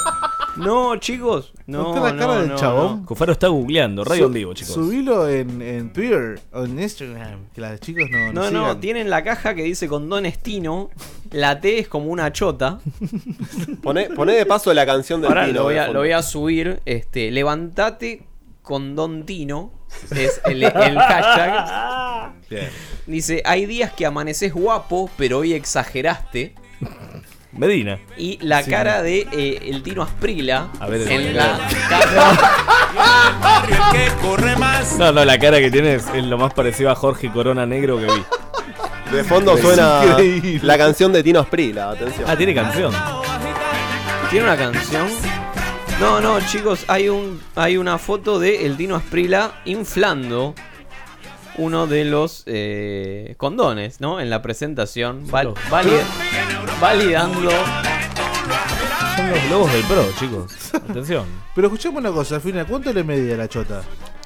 Speaker 3: No, chicos. No,
Speaker 5: ¿Está la cara
Speaker 3: no,
Speaker 5: del
Speaker 3: no,
Speaker 5: chabón?
Speaker 2: Cufaro está googleando, radio
Speaker 5: Su-
Speaker 2: en vivo, chicos.
Speaker 5: Subilo en, en Twitter o en Instagram. Que las chicos no.
Speaker 3: No,
Speaker 5: nos
Speaker 3: no,
Speaker 5: sigan.
Speaker 3: tienen la caja que dice condones Tino. La T es como una chota.
Speaker 4: *laughs* Poné, poné de paso la canción del
Speaker 3: Ahora
Speaker 4: Tino.
Speaker 3: lo voy,
Speaker 4: de
Speaker 3: a,
Speaker 4: fondo.
Speaker 3: lo voy a subir. Este, levantate condón Tino. Es el, el hashtag. Dice, hay días que amaneces guapo, pero hoy exageraste.
Speaker 2: Medina.
Speaker 3: Y la
Speaker 2: Sí.
Speaker 3: cara de eh, el Tino Asprila
Speaker 2: A ver,
Speaker 3: en
Speaker 2: el-
Speaker 3: la capa.
Speaker 2: No, no, la cara que tiene es es lo más parecido a Jorge Corona Negro que vi.
Speaker 4: De fondo suena la canción de Tino Sprila, atención.
Speaker 2: Ah, tiene canción.
Speaker 3: ¿Tiene una canción? No, no, chicos, hay un hay una foto de el Dino Asprila inflando uno de los eh, condones, ¿no? En la presentación, val- valid- validando.
Speaker 2: Son los globos del pro, chicos. Atención.
Speaker 5: *laughs*
Speaker 2: Ah,
Speaker 5: Pero escuchemos una cosa, Fina, ¿cuánto le medía la chota?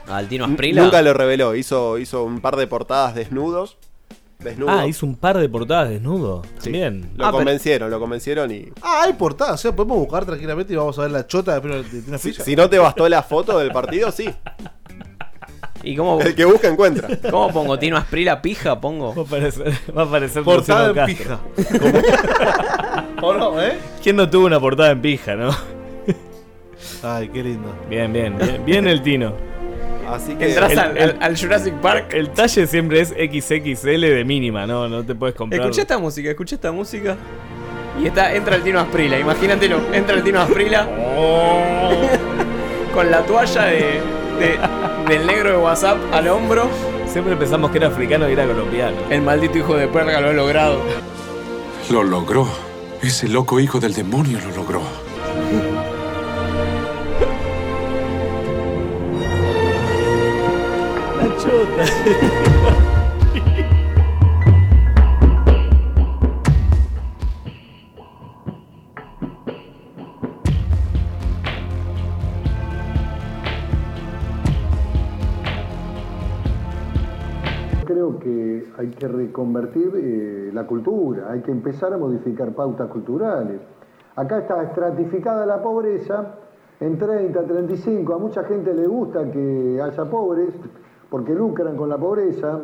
Speaker 3: Al Tino
Speaker 5: Asprila.
Speaker 4: Nunca lo reveló, hizo, hizo un par de portadas desnudos. Desnudo.
Speaker 2: Ah, hizo un par de portadas desnudo.
Speaker 4: Sí.
Speaker 2: Bien.
Speaker 3: Ah,
Speaker 4: Lo convencieron, lo convencieron y.
Speaker 5: Ah, hay portada, o sea, podemos buscar tranquilamente y vamos a ver la chota de Pino- de Tino
Speaker 4: Si,
Speaker 5: Asprila.
Speaker 4: si no te bastó la foto del partido, sí.
Speaker 3: ¿Y cómo,
Speaker 4: El que busca encuentra.
Speaker 3: ¿Cómo pongo Tino Asprila pija? Pongo.
Speaker 2: Va a aparecer, va a aparecer
Speaker 3: Portada
Speaker 2: Luciano
Speaker 3: en
Speaker 2: Castro.
Speaker 5: *laughs*
Speaker 3: *laughs*
Speaker 5: ¿O no, eh?
Speaker 2: ¿Quién no tuvo una portada en pija, no?
Speaker 5: Ay, qué lindo.
Speaker 2: Bien, bien, bien, bien el Tino.
Speaker 4: Así
Speaker 3: que- Entrás al- al- al Jurassic Park.
Speaker 2: El talle siempre es XXL de mínima, no, no te puedes comprar.
Speaker 3: Escucha esta música, escucha esta música. Y está, entra el Tino Asprila, imagínatelo, entra el Tino Asprila.
Speaker 2: Oh.
Speaker 3: *laughs* con la toalla de, de- del negro de WhatsApp al hombro.
Speaker 2: Siempre pensamos que era africano y era colombiano.
Speaker 3: El maldito hijo de perga lo ha logrado.
Speaker 22: Lo logró. Ese loco hijo del demonio lo logró.
Speaker 2: La chota.
Speaker 23: Creo que hay que reconvertir eh, la cultura, hay que empezar a modificar pautas culturales. Acá está estratificada la pobreza en 30, 35. A mucha gente le gusta que haya pobres porque lucran con la pobreza.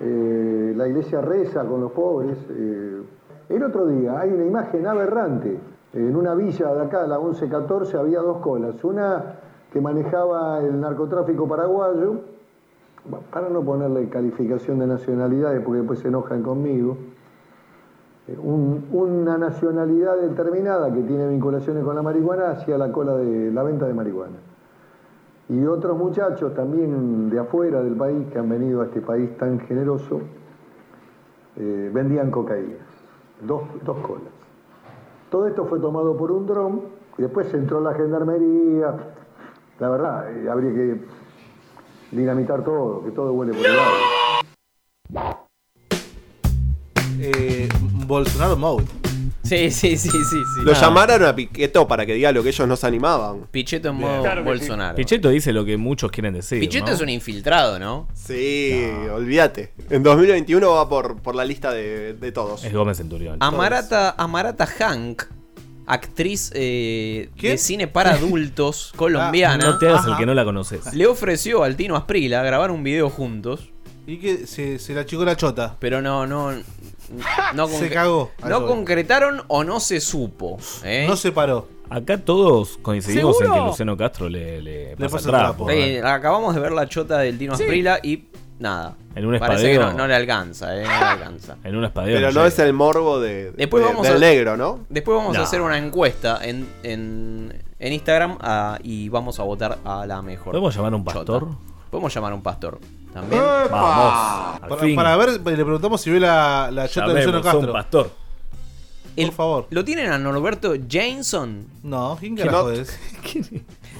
Speaker 23: Eh, la iglesia reza con los pobres. eh. El otro día hay una imagen aberrante. En una villa de acá, la 1114, había dos colas. Una que manejaba el narcotráfico paraguayo bueno, para no ponerle calificación de nacionalidades, porque después se enojan conmigo, eh, un- una nacionalidad determinada que tiene vinculaciones con la marihuana hacía la cola de la venta de marihuana. Y otros muchachos también de afuera del país que han venido a este país tan generoso, eh, vendían cocaína, dos, dos colas. Todo esto fue tomado por un dron, y después entró la gendarmería, la verdad, eh, habría que dinamitar todo, que todo huele por el aire.
Speaker 5: Eh, Bolsonaro Mode.
Speaker 3: Sí, sí, sí, sí. sí.
Speaker 4: Lo
Speaker 3: Ah.
Speaker 4: llamaron a Piqueto para que diga lo que ellos no se animaban.
Speaker 3: Pichetto en modo Claro que sí. Bolsonaro.
Speaker 2: *laughs* Pichetto dice lo que muchos quieren decir.
Speaker 3: Pichetto
Speaker 2: ¿no?
Speaker 3: es un infiltrado, ¿no?
Speaker 4: Sí, olvídate. En 2021 va por, por la lista de, de todos.
Speaker 2: Es Gómez Centurión.
Speaker 3: Amarata, Amarata Hank, actriz eh, de cine para
Speaker 5: *laughs*
Speaker 3: adultos
Speaker 5: Ah.
Speaker 3: colombiana,
Speaker 2: No te hagas el
Speaker 3: Ajá.
Speaker 2: que no la conoces.
Speaker 3: le ofreció al Tino Asprila grabar un video juntos.
Speaker 5: Y que se, se la chicó la chota.
Speaker 3: Pero no, no. no
Speaker 5: *laughs* Se
Speaker 3: concre-
Speaker 5: cagó.
Speaker 3: No concretaron o no se supo. ¿eh?
Speaker 5: No se paró.
Speaker 2: Acá todos coincidimos en
Speaker 3: ¿Seguro?
Speaker 2: que Luciano Castro le, le pasa
Speaker 5: pasa el
Speaker 2: trapo. ¿eh?
Speaker 3: Eh, acabamos de ver la chota del Tino
Speaker 2: Sí.
Speaker 3: Asprila y nada.
Speaker 2: En un
Speaker 3: Parece que
Speaker 2: espadeo.
Speaker 3: no, no le alcanza, eh, no
Speaker 2: *laughs*
Speaker 3: le alcanza.
Speaker 2: En un espadeo.
Speaker 4: Pero no es el morbo de,
Speaker 3: Después
Speaker 4: de-
Speaker 3: vamos
Speaker 4: del
Speaker 3: a-
Speaker 4: negro, ¿no?
Speaker 3: Después vamos a
Speaker 4: No.
Speaker 3: hacer una encuesta en, en, en Instagram ah, y vamos a votar a la mejor.
Speaker 2: ¿Podemos llamar a un
Speaker 3: chota.
Speaker 2: pastor?
Speaker 3: Podemos llamar a un pastor también.
Speaker 5: ¡Epa!
Speaker 2: Vamos, al
Speaker 5: Para,
Speaker 2: fin.
Speaker 5: para ver, le preguntamos si ve la, la chota de Luciano
Speaker 2: Llamemos a
Speaker 5: Castro.
Speaker 2: un pastor.
Speaker 3: Por favor. ¿Lo tienen a Norberto Jameson?
Speaker 5: No, ¿quién carajo es?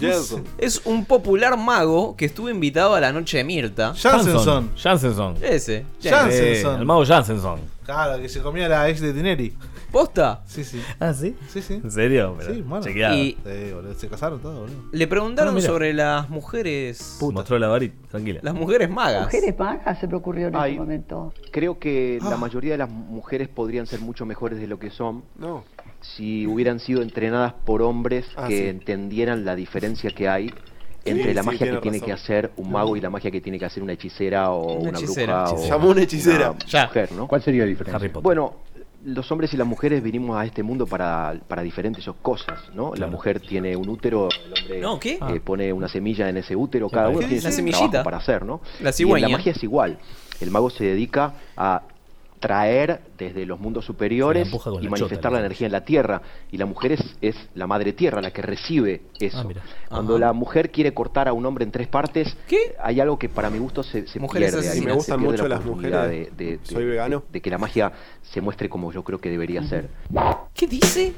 Speaker 4: Jameson.
Speaker 3: Es un popular mago que estuvo invitado a la noche de Mirta.
Speaker 5: Jansenson.
Speaker 2: Jansenson.
Speaker 3: Ese.
Speaker 5: Jansenson.
Speaker 2: Eh, el mago Jansenson.
Speaker 5: Claro, que se comía la ex de Tineri.
Speaker 3: ¿Posta?
Speaker 5: Sí, sí.
Speaker 2: ¿Ah, sí?
Speaker 5: Sí, sí.
Speaker 2: ¿En serio? Pero
Speaker 5: Sí, bueno.
Speaker 2: chequeado.
Speaker 3: Y-
Speaker 5: Sí, boludo, se casaron todos, boludo.
Speaker 3: Le preguntaron
Speaker 2: Ah, mira.
Speaker 3: sobre las mujeres.
Speaker 2: Mostró la varita, tranquila.
Speaker 3: Las mujeres magas.
Speaker 24: Mujeres magas se me ocurrió en
Speaker 6: Ay.
Speaker 24: este momento.
Speaker 6: Creo que la mayoría de las mujeres podrían ser mucho mejores de lo que son
Speaker 24: No.
Speaker 6: si hubieran sido entrenadas por hombres
Speaker 24: Ah,
Speaker 6: que
Speaker 24: sí.
Speaker 6: entendieran la diferencia que hay entre
Speaker 4: Sí,
Speaker 6: la
Speaker 4: sí,
Speaker 6: magia
Speaker 4: tiene
Speaker 6: que tiene
Speaker 4: razón.
Speaker 6: que hacer un mago y la magia que tiene que hacer una hechicera o
Speaker 4: Una
Speaker 6: una,
Speaker 4: hechicera.
Speaker 6: bruja o
Speaker 4: Llamó una hechicera.
Speaker 6: una mujer, ¿no?
Speaker 24: ¿Cuál sería la diferencia?
Speaker 6: Harry Potter. Bueno, los hombres y las mujeres vinimos a este mundo para, para diferentes cosas, ¿no? La mujer tiene un útero, el hombre
Speaker 3: No, ¿qué?
Speaker 6: eh,
Speaker 3: Ah.
Speaker 6: pone una semilla en ese útero, cada uno
Speaker 3: ¿Qué
Speaker 6: tiene su
Speaker 3: dice? La
Speaker 6: trabajo
Speaker 3: semillita.
Speaker 6: para hacer, ¿no?
Speaker 3: La
Speaker 6: y en
Speaker 3: cigüeña.
Speaker 6: la magia es igual. El mago se dedica a traer desde los mundos superiores
Speaker 2: empuja con
Speaker 6: y
Speaker 2: la
Speaker 6: manifestar
Speaker 2: chota,
Speaker 6: la
Speaker 2: ¿no?
Speaker 6: energía en la tierra. Y la mujer es, es la madre tierra, la que recibe eso.
Speaker 2: Ah, mira.
Speaker 6: Cuando la mujer quiere cortar a un hombre en tres partes, hay algo que para mi gusto se, se
Speaker 4: Mujeres
Speaker 6: pierde.
Speaker 4: asesinas.
Speaker 6: se
Speaker 4: Y me gustan
Speaker 6: pierde
Speaker 4: mucho
Speaker 6: la
Speaker 4: las
Speaker 6: oportunidad
Speaker 4: mujeres.
Speaker 6: De, de- de-
Speaker 4: Soy vegano.
Speaker 6: de- de que la magia se muestre como yo creo que debería ser.
Speaker 3: ¿Qué dice?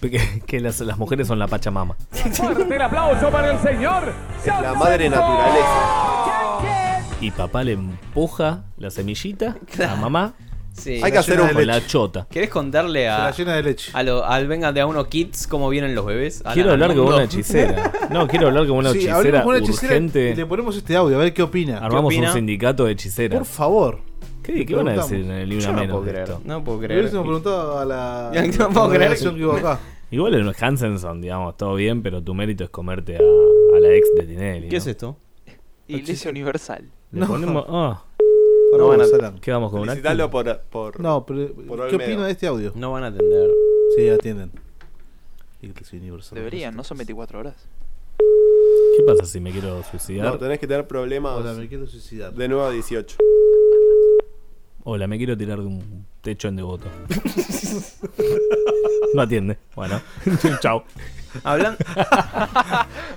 Speaker 2: Que, que las, las mujeres son la pachamama.
Speaker 13: Fuerte el aplauso para el señor.
Speaker 4: La madre naturaleza.
Speaker 2: Y papá le empuja la semillita a mamá.
Speaker 3: Sí.
Speaker 2: Hay que hacer un- Con la chota.
Speaker 3: ¿Querés contarle a.
Speaker 2: Se la
Speaker 5: llena de leche.
Speaker 3: A lo- al venga de a uno kids cómo vienen los bebés. Al-
Speaker 2: Quiero
Speaker 3: al
Speaker 2: hablar con
Speaker 3: mundo.
Speaker 2: una
Speaker 3: *laughs*
Speaker 2: hechicera.
Speaker 5: *laughs*
Speaker 2: No, quiero hablar con una
Speaker 5: Sí,
Speaker 2: hechicera
Speaker 5: hablemos con una hechicera
Speaker 2: urgente.
Speaker 5: y le ponemos este audio, a ver qué opina.
Speaker 2: Armamos un sindicato de hechiceras.
Speaker 5: Por favor.
Speaker 2: ¿Qué, qué van a decir en el libro
Speaker 5: Yo no
Speaker 2: menos
Speaker 5: puedo
Speaker 2: de
Speaker 5: creer.
Speaker 2: esto?
Speaker 3: No
Speaker 5: *laughs*
Speaker 3: puedo
Speaker 5: Le hubiésemos preguntado a la. a la redacción que hubo acá.
Speaker 2: Igual en los Hansenson, digamos, todo bien, pero tu mérito es comerte a, a la ex de Tinelli.
Speaker 25: ¿Qué
Speaker 2: ¿no?
Speaker 25: es esto? Iglesia Universal.
Speaker 2: Le ponemos.
Speaker 5: *laughs*
Speaker 2: ah.
Speaker 5: No van a-
Speaker 2: ¿Qué vamos con un acto?
Speaker 4: Felicitarlo por, por.
Speaker 5: No, pero.
Speaker 4: Olmedo.
Speaker 5: ¿Qué opina de este audio?
Speaker 3: No van a atender.
Speaker 5: Sí, atienden. Iglesia Universal.
Speaker 25: Deberían, no son 24 horas.
Speaker 2: ¿Qué pasa si me quiero suicidar?
Speaker 4: No, tenés que tener problemas.
Speaker 5: Hola, me quiero suicidar.
Speaker 4: De nuevo a 18.
Speaker 2: Hola, me quiero tirar de un techo en devoto. *laughs* no atiende. Bueno, *laughs* chao.
Speaker 3: Hablan-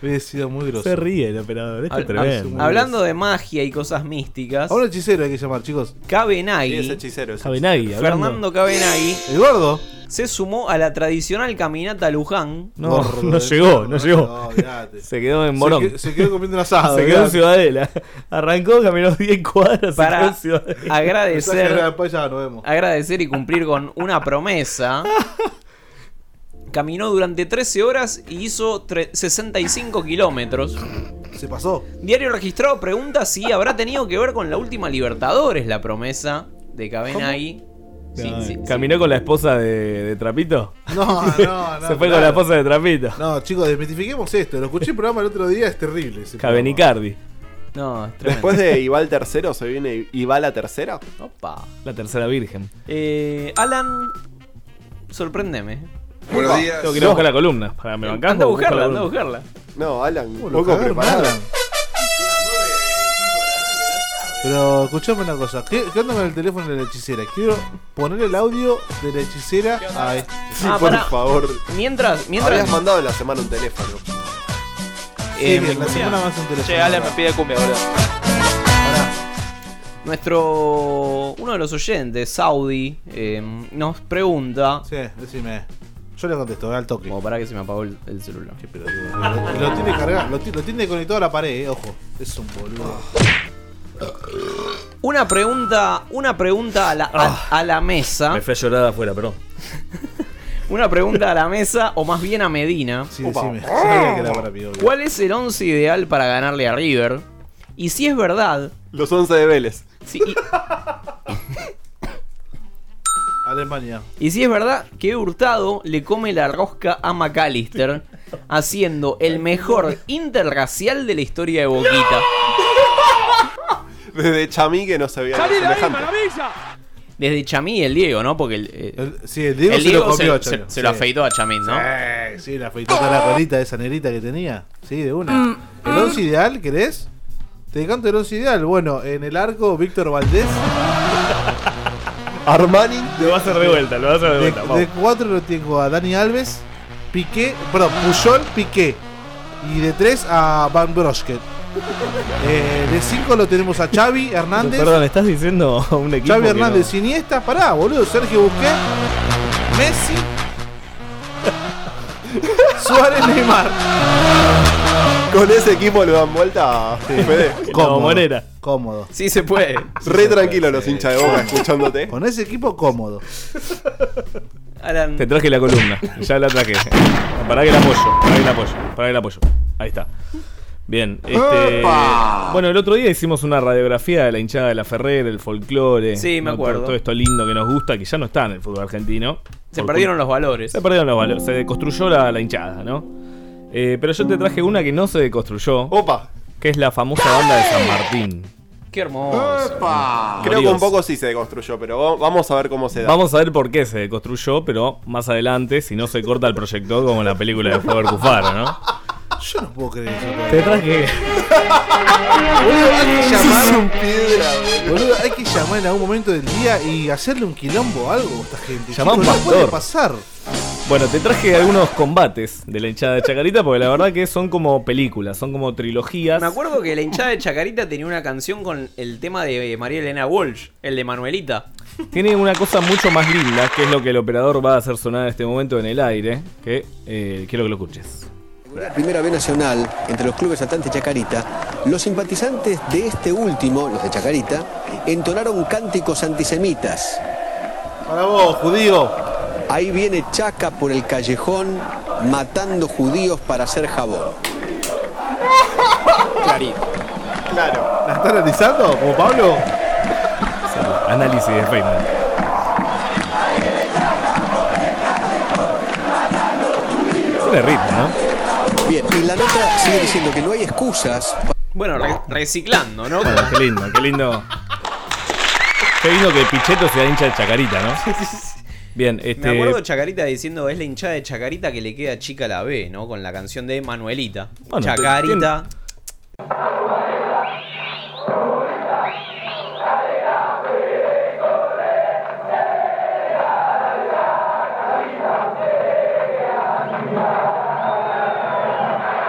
Speaker 5: Hubiese sido muy groso.
Speaker 2: Se ríe el operador, este
Speaker 3: Habl-
Speaker 2: es tremendo.
Speaker 3: Hablando de magia y cosas místicas.
Speaker 5: A un hechicero hay que llamar, chicos.
Speaker 3: Cabenagui.
Speaker 5: Sí, es hechicero, es
Speaker 2: Cabenagui,
Speaker 5: hechicero.
Speaker 2: hablando.
Speaker 3: Fernando Cabenagui.
Speaker 5: ¿El gordo?
Speaker 3: Se sumó a la tradicional caminata a Luján.
Speaker 2: No, no llegó, no llegó. se quedó en Morón.
Speaker 5: Se que- se quedó comiendo un asado,
Speaker 2: Se quedó en
Speaker 5: mirá.
Speaker 2: Ciudadela. Arrancó, caminó 10 cuadras. se quedó
Speaker 3: Para
Speaker 2: en Ciudadela.
Speaker 3: agradecer.
Speaker 5: Mensaje de la paya, nos vemos.
Speaker 3: Agradecer y cumplir con una
Speaker 5: *laughs*
Speaker 3: promesa. Caminó durante 13 horas y hizo tre- 65 kilómetros.
Speaker 5: Se pasó.
Speaker 3: Diario registrado pregunta si habrá tenido que ver con la última Libertadores, la promesa de Cabenagui. Sí, sí,
Speaker 2: ¿Caminó con la esposa de, de Trapito?
Speaker 5: No, no,
Speaker 2: *laughs*
Speaker 5: no.
Speaker 2: Se fue
Speaker 5: claro.
Speaker 2: con la esposa de Trapito.
Speaker 5: No, chicos, desmitifiquemos esto. Lo escuché el programa el otro día, es terrible. ese
Speaker 2: Cabenicardi.
Speaker 3: No, es
Speaker 5: *laughs*
Speaker 4: Después de Ibal tercero, se viene Ibal la tercera.
Speaker 3: Opa.
Speaker 2: La tercera virgen.
Speaker 3: Eh, Alan, sorprendeme.
Speaker 4: Buenos
Speaker 3: Ah,
Speaker 4: días.
Speaker 2: Tengo que ir a buscar la columna. Para me
Speaker 4: Eh,
Speaker 2: bancar.
Speaker 3: Anda a buscarla, anda a buscarla.
Speaker 4: No, Alan,
Speaker 5: Oh, lo
Speaker 4: poco
Speaker 5: cagaron,
Speaker 4: preparado. *laughs*
Speaker 5: programa. Pero escuchame una cosa. ¿Qué, qué onda con el teléfono de la hechicera? Quiero poner el audio de la hechicera a este.
Speaker 4: Sí, por favor.
Speaker 3: Ah, Mientras,
Speaker 5: mientras-
Speaker 4: Habías mandado en la semana un teléfono.
Speaker 5: Sí, bien, la semana más un teléfono.
Speaker 25: Che, Alan me pide cumbia, boludo.
Speaker 3: Nuestro. Uno de los oyentes, Saudi, eh, nos pregunta.
Speaker 5: Sí, decime. Yo le contesto, al toque.
Speaker 3: Como para que se me apagó el, el celular.
Speaker 5: Y Lo tiene cargado, lo, ti- lo tiene conectado a la pared, eh, ojo. Es un boludo.
Speaker 3: Una pregunta. Una pregunta a la, a, a la mesa.
Speaker 2: Ah. Me fui a llorar afuera, perdón.
Speaker 3: *laughs* Una pregunta a la mesa, o más bien a Medina. Opa.
Speaker 5: decime. *laughs* Sabía que era para mí, obvio.
Speaker 3: ¿Cuál es el 11 ideal para ganarle a River? Y si es verdad.
Speaker 4: Los 11 de Vélez.
Speaker 3: Sí,
Speaker 5: Alemania.
Speaker 3: Y si es verdad que Hurtado le come la rosca a McAllister, haciendo el mejor interracial de la historia de Boquita.
Speaker 4: Desde Chamí que no se veía
Speaker 13: ¡Salí de ahí,
Speaker 4: semejante.
Speaker 13: maravilla!
Speaker 3: Desde Chamí y el Diego, ¿no? Porque el, eh,
Speaker 5: Sí, el Diego,
Speaker 3: el
Speaker 5: se
Speaker 3: Diego
Speaker 5: lo copió,
Speaker 3: se,
Speaker 5: Cholo.
Speaker 3: se lo
Speaker 5: Sí.
Speaker 3: afeitó a Chamí, ¿no?
Speaker 5: Sí, sí, le afeitó toda la colita esa negrita que tenía. Sí, de una. ¿El once ideal querés? Te canto el once ideal. Bueno, en el arco, Víctor Valdés.
Speaker 4: Armani.
Speaker 2: Lo va a hacer de vuelta, lo va a hacer de vuelta, vamos.
Speaker 5: De, cuatro lo tengo a Dani Alves, Piqué, perdón, Puyol, Piqué. Y de tres a Van Brosket. Eh, de cinco lo tenemos a Xavi Hernández.
Speaker 2: Perdón, ¿estás diciendo a un equipo?
Speaker 5: Xavi
Speaker 2: que no-
Speaker 5: Hernández, Iniesta, pará, boludo, Sergio Busquets, Messi, Suárez, Neymar.
Speaker 4: Con ese equipo le dan vuelta a
Speaker 2: Este,
Speaker 4: Fede.
Speaker 5: *laughs* Cómodo.
Speaker 3: Sí se puede.
Speaker 4: Re tranquilo los hinchas de boca escuchándote.
Speaker 5: Con ese equipo cómodo.
Speaker 3: Alan,
Speaker 2: Te traje la columna, ya la traje. Pará que la apoyo, pará que la apoyo, pará que la apoyo. Ahí está. Bien, este.
Speaker 25: ¡Epa!
Speaker 2: Bueno, el otro día hicimos una radiografía de la hinchada de la Ferrer, el folclore.
Speaker 3: Sí, me
Speaker 2: ¿no?
Speaker 3: acuerdo.
Speaker 2: Todo, todo esto lindo que nos gusta, que ya no está en el fútbol argentino.
Speaker 3: se
Speaker 2: Por
Speaker 3: perdieron
Speaker 2: cul-
Speaker 3: los valores.
Speaker 2: Se perdieron los valores, se deconstruyó la, la hinchada, ¿no? Eh, pero yo te traje una que no se deconstruyó.
Speaker 4: Opa.
Speaker 2: Que es la famosa banda de San Martín.
Speaker 3: Qué hermoso.
Speaker 4: Creo que un poco sí se deconstruyó, pero va- vamos a ver cómo se da.
Speaker 2: Vamos a ver por qué
Speaker 4: *laughs*
Speaker 2: se deconstruyó, pero más adelante, si no se corta el proyector como en la película de Faber Cufaro, ¿no?
Speaker 5: Yo no puedo creer eso.
Speaker 2: Te traje.
Speaker 5: Boludo, hay que
Speaker 2: Sos
Speaker 5: llamar.
Speaker 2: un piedra, boludo.
Speaker 5: Boludo, hay que llamar en algún momento del día y hacerle un quilombo o algo a esta gente.
Speaker 2: Llamá a un
Speaker 5: Chicos, no puede
Speaker 2: pastor.
Speaker 5: pasar.
Speaker 2: Bueno, te traje algunos combates de la hinchada de Chacarita porque la verdad que son como películas, son como trilogías.
Speaker 3: Me acuerdo que la hinchada de Chacarita tenía una canción con el tema de eh, María Elena Walsh, el de Manuelita.
Speaker 2: Tiene una cosa mucho más linda, que es lo que el operador va a hacer sonar en este momento en el aire, que eh, quiero que lo escuches.
Speaker 1: La Primera B Nacional, entre los clubes Atlante y Chacarita, los simpatizantes de este último, los de Chacarita, entonaron cánticos antisemitas.
Speaker 5: Para vos, judío.
Speaker 1: Ahí viene Chaca por el callejón matando judíos para hacer jabón.
Speaker 5: Clarito. Claro. ¿La está analizando? ¿Como Pablo?
Speaker 2: Análisis de Feynman. Tiene ritmo, ¿no?
Speaker 1: Bien, y la nota sigue diciendo que no hay excusas.
Speaker 3: Bueno, re- reciclando, ¿no?
Speaker 2: Bueno, qué lindo, qué lindo. Qué lindo que Pichetto sea hincha de Chacarita, ¿no? Bien, este.
Speaker 3: Me acuerdo Chacarita diciendo, es la hinchada de Chacarita que le queda chica la B, ¿no? Con la canción de Manuelita.
Speaker 2: Bueno,
Speaker 3: Chacarita.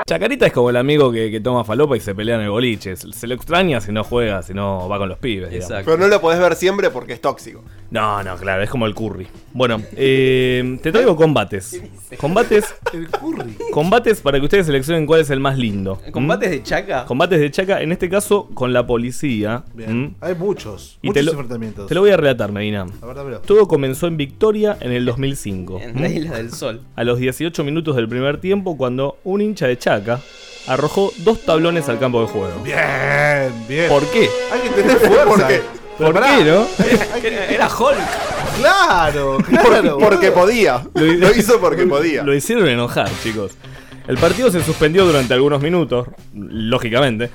Speaker 2: Chacarita es como el amigo que, que toma falopa y se pelea en el boliche. Se se lo extraña si no juega, si no va con los pibes. digamos.
Speaker 4: Pero no lo podés ver siempre porque es tóxico.
Speaker 2: No, no, claro, es como el curry. Bueno, eh, te traigo combates. Combates.
Speaker 5: El curry.
Speaker 2: Combates para que ustedes seleccionen cuál es el más lindo.
Speaker 3: ¿Combates
Speaker 2: ¿Mm?
Speaker 3: de Chaca?
Speaker 2: Combates de chaca, en este caso con la policía. ¿Mm?
Speaker 5: Hay muchos.
Speaker 2: Y
Speaker 5: muchos
Speaker 2: te lo-
Speaker 5: enfrentamientos.
Speaker 2: Te lo voy a relatar, Medina.
Speaker 5: A ver, dámelo.
Speaker 2: Todo comenzó en Victoria en el 2005.
Speaker 3: En la Isla del Sol.
Speaker 2: A los 18 minutos del primer tiempo, cuando un hincha de Chaca arrojó dos tablones al campo de juego.
Speaker 5: Bien, bien.
Speaker 2: ¿Por qué?
Speaker 5: Hay que tener fuerza.
Speaker 2: ¿Por qué? ¿Por qué, no?
Speaker 3: Era Hulk.
Speaker 5: Claro, claro.
Speaker 4: porque
Speaker 5: boludo.
Speaker 4: podía. Lo hizo porque podía.
Speaker 2: Lo hicieron enojar, chicos. El partido se suspendió durante algunos minutos, lógicamente.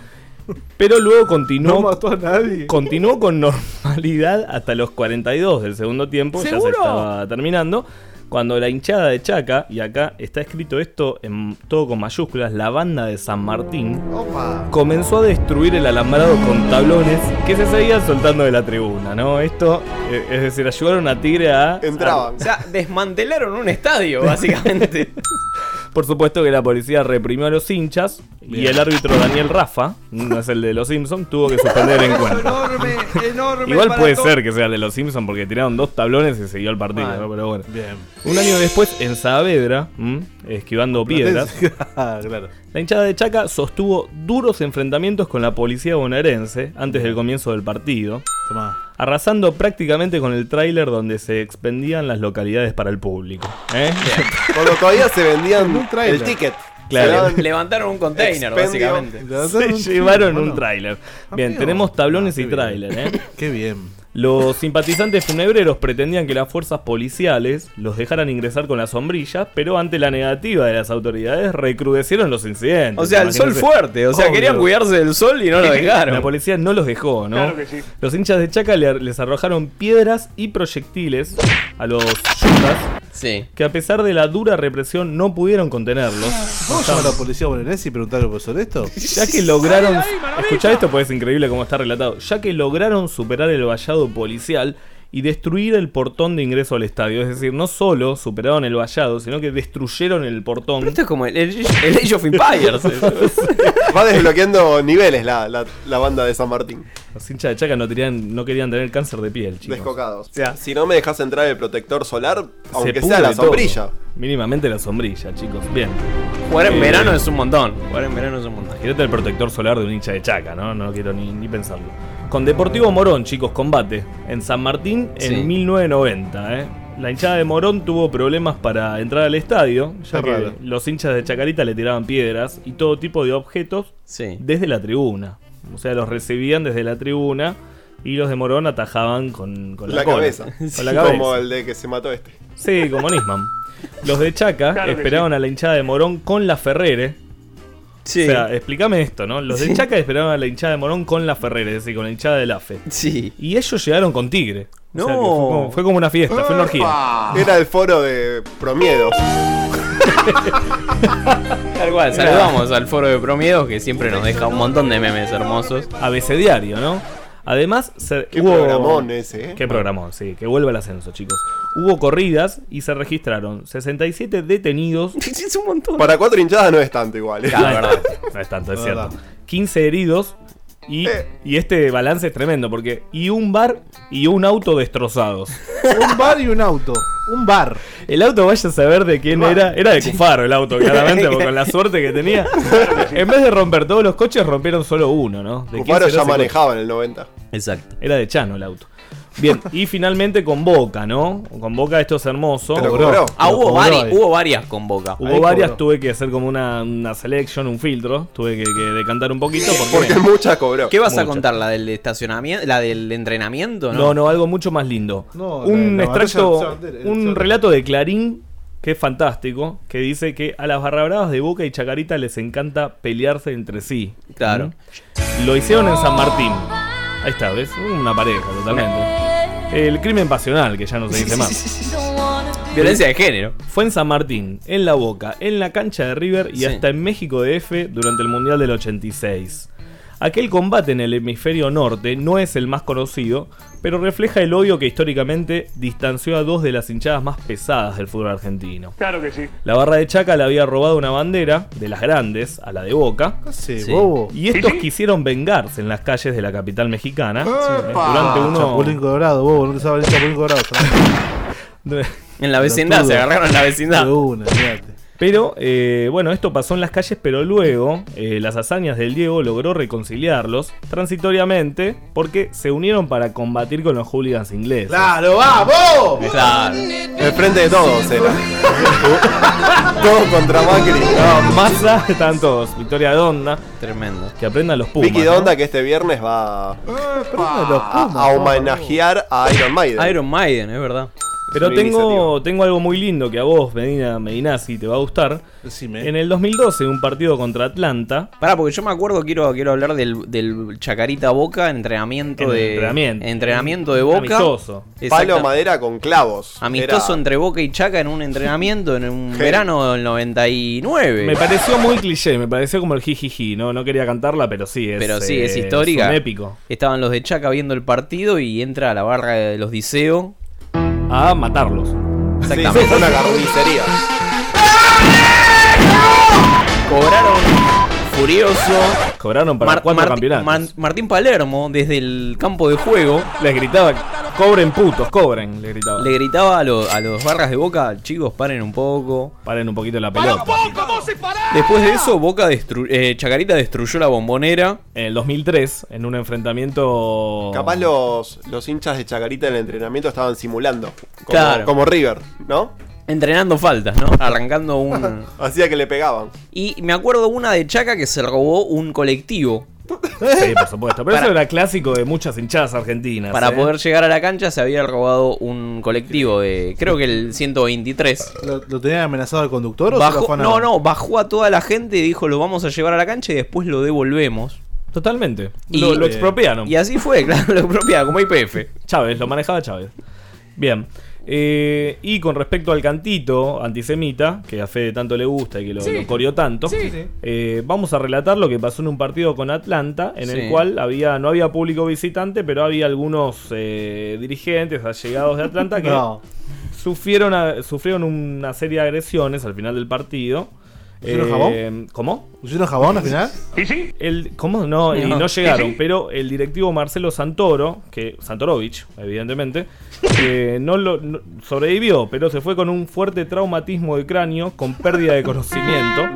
Speaker 2: Pero luego continuó.
Speaker 5: No mató a nadie.
Speaker 2: Continuó con normalidad hasta los 42 del segundo tiempo. Ya
Speaker 5: ¿Seguro?
Speaker 2: se estaba terminando. Cuando la hinchada de Chaca, y acá está escrito esto en todo con mayúsculas, la banda de San Martín
Speaker 5: Opa.
Speaker 2: comenzó a destruir el alambrado con tablones que se seguían soltando de la tribuna, ¿no? Esto, eh, es decir, ayudaron a Tigre a...
Speaker 3: O sea, desmantelaron un
Speaker 4: *laughs*
Speaker 3: estadio, *laughs* básicamente.
Speaker 2: Por supuesto que la policía reprimió a los hinchas y
Speaker 3: Bien.
Speaker 2: el árbitro Daniel Rafa, no es el de los Simpsons, tuvo que suspender el encuentro.
Speaker 8: Enorme, enorme.
Speaker 2: Igual
Speaker 8: para
Speaker 2: puede
Speaker 8: to-
Speaker 2: ser que sea el de los Simpsons porque tiraron dos tablones y siguió el partido,
Speaker 5: Mal.
Speaker 2: ¿no? pero bueno.
Speaker 5: Bien.
Speaker 2: Un año después, en Saavedra, ¿m? esquivando piedras,
Speaker 5: Ah, claro.
Speaker 2: La hinchada de Chaca sostuvo duros enfrentamientos con la policía bonaerense antes del comienzo del partido,
Speaker 5: Tomá.
Speaker 2: arrasando prácticamente con el tráiler donde se expendían las localidades para el público. ¿eh?
Speaker 4: Cuando todavía se vendían
Speaker 2: trailer.
Speaker 4: el ticket.
Speaker 2: Claro.
Speaker 4: Se daban-
Speaker 3: Levantaron un container,
Speaker 4: Expendio.
Speaker 3: básicamente.
Speaker 2: Se llevaron un tráiler. Bien,
Speaker 4: Amigo.
Speaker 2: tenemos tablones y tráiler, ¿eh?
Speaker 5: Qué bien.
Speaker 2: Los simpatizantes funebreros pretendían que las fuerzas policiales los dejaran ingresar con la sombrilla, pero ante la negativa de las autoridades recrudecieron los incidentes.
Speaker 3: O sea, el sol
Speaker 2: Imagínense.
Speaker 3: fuerte. O sea, querían cuidarse del sol y no lo
Speaker 2: *laughs*
Speaker 3: dejaron.
Speaker 2: La policía no los dejó, ¿no?
Speaker 3: Claro que sí.
Speaker 2: Los hinchas de Chaca le- les arrojaron piedras y proyectiles a los yutas,
Speaker 3: Sí.
Speaker 2: que a pesar de la dura represión no pudieron contenerlos.
Speaker 5: ¿Vamos a llamar a la policía bonaerense y preguntarle sobre esto?
Speaker 2: Ya que lograron. Escuchá esto porque es increíble cómo está relatado. Ya que lograron superar el vallado policial y destruir el portón de ingreso al estadio. Es decir, no solo superaron el vallado, sino que destruyeron el portón.
Speaker 3: Esto es como el, el- el Age
Speaker 2: *laughs*
Speaker 3: of Empires. ¿eh?
Speaker 4: Va desbloqueando niveles la, la- la banda de San Martín.
Speaker 2: Los hinchas de Chaca no, tenían- no querían tener cáncer de piel, chicos.
Speaker 4: Descocados. O sea, si no me dejas entrar el protector solar, aunque sea
Speaker 2: pudre
Speaker 4: la
Speaker 2: todo.
Speaker 4: sombrilla.
Speaker 2: Mínimamente la sombrilla, chicos. Bien.
Speaker 3: Jugar en
Speaker 2: Eh,
Speaker 3: verano es un montón. Jugar en verano es un montón.
Speaker 2: Imagínate el protector solar de un hincha de Chaca, ¿no? No quiero ni, ni pensarlo. Con Deportivo Morón, chicos, combate. En San Martín
Speaker 3: Sí.
Speaker 2: en 1990, ¿eh? La hinchada de Morón tuvo problemas para entrar al estadio, ya
Speaker 5: Qué
Speaker 2: que
Speaker 5: raro.
Speaker 2: los hinchas de Chacarita le tiraban piedras y todo tipo de objetos desde la tribuna. O sea, los recibían desde la tribuna y los de Morón atajaban con, con la,
Speaker 4: la,
Speaker 2: cola. *laughs*
Speaker 4: cabeza.
Speaker 2: Con la cabeza.
Speaker 4: Como el de que se mató este.
Speaker 2: Sí, como Nisman. Los de Chaca
Speaker 4: Claro que
Speaker 2: esperaban a la hinchada de Morón con la Ferrere. O sea, explícame esto, ¿no? Los de
Speaker 3: Sí.
Speaker 2: Chaca esperaban a la hinchada de Morón con la Ferrere, es decir, con la hinchada de la Fe.
Speaker 3: Sí.
Speaker 2: E. Y ellos llegaron con Tigre. O sea, que fue,
Speaker 3: No.
Speaker 2: como, fue como una fiesta, fue una orgía.
Speaker 4: Era el foro de promiedos.
Speaker 3: Tal cual, saludamos al foro de promiedos que siempre nos deja un montón de memes hermosos.
Speaker 2: Abecediario, ¿no? Además, se,
Speaker 3: Qué programón ese, ¿eh?
Speaker 2: Qué programón, sí. Que vuelva el ascenso, chicos. Hubo corridas y se registraron 67
Speaker 3: *laughs*
Speaker 2: detenidos.
Speaker 3: es un montón.
Speaker 4: Para cuatro hinchadas no es tanto igual. ¿eh?
Speaker 2: no, es verdad. No es tanto, es cierto. 15 heridos. Y,
Speaker 5: Eh.
Speaker 2: y este balance es tremendo porque. Y un bar y un auto destrozados.
Speaker 5: *laughs* Un bar y un auto. Un bar.
Speaker 2: El auto, vaya a saber de quién era. Era de Cufaro el
Speaker 5: *laughs*
Speaker 2: auto, claramente, porque con la suerte que tenía. En vez de romper todos los coches, rompieron solo uno, ¿no? ¿De quién
Speaker 4: Cufaro ya
Speaker 2: será ese coche?
Speaker 4: manejaba en el 90.
Speaker 2: Exacto. Era de Chano el auto. Bien, y finalmente con Boca, ¿no? Con Boca esto es hermoso.
Speaker 3: Pero cobró. Ah, hubo vari- hubo varias con Boca.
Speaker 2: Hubo
Speaker 3: Ahí
Speaker 2: varias,
Speaker 3: cobró.
Speaker 2: tuve que hacer como una, una selection, un filtro. Tuve que, que decantar un poquito. Porque,
Speaker 4: muchas cobró.
Speaker 3: ¿Qué vas a
Speaker 2: Muchas.
Speaker 3: contar? ¿La del estacionamiento? ¿La del entrenamiento?
Speaker 2: No, no, algo mucho más lindo.
Speaker 3: No,
Speaker 2: un
Speaker 3: la- la batalla
Speaker 2: extracto,
Speaker 3: del Santander, el
Speaker 2: un
Speaker 3: Santander.
Speaker 2: relato de Clarín que es fantástico, que dice que a las barrabradas de Boca y Chacarita les encanta pelearse entre sí.
Speaker 3: Claro.
Speaker 2: ¿Mm? Lo hicieron en San Martín. Ahí está, ¿ves? Una pareja totalmente. El crimen pasional, que ya no se dice más.
Speaker 3: Violencia de género.
Speaker 2: Fue en San Martín, en La Boca, en la cancha de River y
Speaker 3: Sí.
Speaker 2: hasta en México de F durante el Mundial del 86. Aquel combate en el hemisferio norte no es el más conocido, pero refleja el odio que históricamente distanció a dos de las hinchadas más pesadas del fútbol argentino.
Speaker 13: Claro que sí.
Speaker 2: La barra de Chaca le había robado una bandera, de las grandes, a la de Boca.
Speaker 5: Sí. bobo?
Speaker 2: Y estos quisieron vengarse en las calles de la capital mexicana. eh,
Speaker 5: ¡Epa!
Speaker 2: Durante
Speaker 5: Chapulín
Speaker 2: uno...
Speaker 5: Colorado, bobo, no te sabes el Chapulín Colorado.
Speaker 3: En la vecindad,
Speaker 2: Pelotudo.
Speaker 3: se agarraron en la vecindad.
Speaker 2: Pero eh, bueno, esto pasó en las calles, pero luego eh, las hazañas del Diego logró reconciliarlos transitoriamente porque se unieron para combatir con los hooligans ingleses.
Speaker 5: ¡Claro, vamos!
Speaker 2: Claro.
Speaker 4: Enfrente de todos era.
Speaker 2: *laughs*
Speaker 4: todos contra Macri.
Speaker 2: No, Massa, están todos. Victoria Donda.
Speaker 3: Tremendo.
Speaker 2: Que aprendan los Pumas.
Speaker 4: Vicky
Speaker 2: ¿no? Eh,
Speaker 4: Donda que este viernes va a, a homenajear a Iron Maiden.
Speaker 3: Iron Maiden, es verdad.
Speaker 2: Pero
Speaker 4: una
Speaker 2: tengo, tengo algo muy lindo que a vos, Medina Medinazzi, te va a gustar. En el 2012, un partido contra Atlanta.
Speaker 3: Pará, porque yo me acuerdo, quiero, quiero hablar del, del Chacarita Boca, entrenamiento
Speaker 2: En
Speaker 3: de.
Speaker 2: entrenamiento.
Speaker 3: entrenamiento de Boca.
Speaker 2: Amistoso.
Speaker 3: Exacta-
Speaker 4: Palo madera con clavos.
Speaker 3: Amistoso
Speaker 4: Era-
Speaker 3: entre Boca y Chaca en un entrenamiento en un
Speaker 4: *laughs* Gen-
Speaker 3: verano del 99.
Speaker 2: Me pareció muy cliché, me pareció como el jijiji, no, no quería cantarla, pero sí es.
Speaker 3: Pero sí,
Speaker 2: eh,
Speaker 3: es histórica.
Speaker 2: un épico.
Speaker 3: Estaban los de Chaca viendo el partido y entra a la barra de los Diceo
Speaker 2: a matarlos.
Speaker 3: Exactamente.
Speaker 4: Sí, fue una carnicería.
Speaker 3: Cobraron furioso.
Speaker 2: Cobraron para cuatro campeonatos.
Speaker 3: Man- Martín Palermo, desde el campo de juego,
Speaker 2: les gritaba: cobren putos, cobren, le gritaba.
Speaker 3: Le gritaba a, lo- a los barras de Boca, chicos, paren un poco.
Speaker 2: Paren un poquito la pelota.
Speaker 3: Después de eso, Boca destru- eh, Chacarita destruyó la bombonera.
Speaker 2: En el 2003, en un enfrentamiento.
Speaker 4: Capaz los, los hinchas de Chacarita en el entrenamiento estaban simulando. Como,
Speaker 3: Claro.
Speaker 4: como River, ¿no?
Speaker 3: Entrenando faltas, ¿no? Arrancando un.
Speaker 4: *laughs* Hacía que le pegaban.
Speaker 3: Y me acuerdo una de Chaca que se robó un colectivo.
Speaker 2: Sí, por supuesto. Pero eso era clásico de muchas hinchadas argentinas.
Speaker 3: Para
Speaker 2: ¿eh?
Speaker 3: poder llegar a la cancha se había robado un colectivo de. Creo que el 123.
Speaker 5: ¿Lo, lo tenían amenazado al conductor o se lo
Speaker 3: Bajó-
Speaker 5: afanaron?
Speaker 3: no, no, bajó a toda la gente y dijo lo vamos a llevar a la cancha y después lo devolvemos.
Speaker 2: Totalmente. Lo- lo expropiaron.
Speaker 3: Y así fue, *laughs* claro, lo expropiaron como IPF.
Speaker 2: Chávez, lo manejaba Chávez. Bien. Eh, y con respecto al cantito antisemita, que a Fede tanto le gusta y que lo,
Speaker 14: Sí.
Speaker 2: lo coreó tanto,
Speaker 14: Sí. Sí.
Speaker 2: eh, vamos a relatar lo que pasó en un partido con Atlanta, en
Speaker 14: Sí.
Speaker 2: el cual había no había público visitante, pero había algunos eh, dirigentes allegados de Atlanta
Speaker 5: *laughs*
Speaker 2: que
Speaker 5: No.
Speaker 2: sufrieron, a- sufrieron una serie de agresiones al final del partido. Eh,
Speaker 5: ¿Pusieron jabón?
Speaker 2: ¿Cómo?
Speaker 5: ¿Pusieron jabón al final?
Speaker 2: ¿Y sí? El, ¿Cómo? No, y
Speaker 5: No.
Speaker 2: no llegaron.
Speaker 5: ¿Y sí?
Speaker 2: Pero el directivo Marcelo Santoro, que Santorovich, evidentemente, que no lo no- sobrevivió, pero se fue con un fuerte traumatismo de cráneo con pérdida de conocimiento.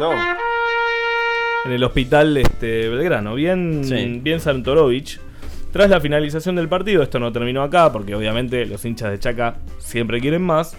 Speaker 2: En el hospital este, Belgrano. Bien,
Speaker 14: Sí.
Speaker 2: bien Santorovich. Tras la finalización del partido, esto no terminó acá, porque obviamente los hinchas de Chaca siempre quieren más.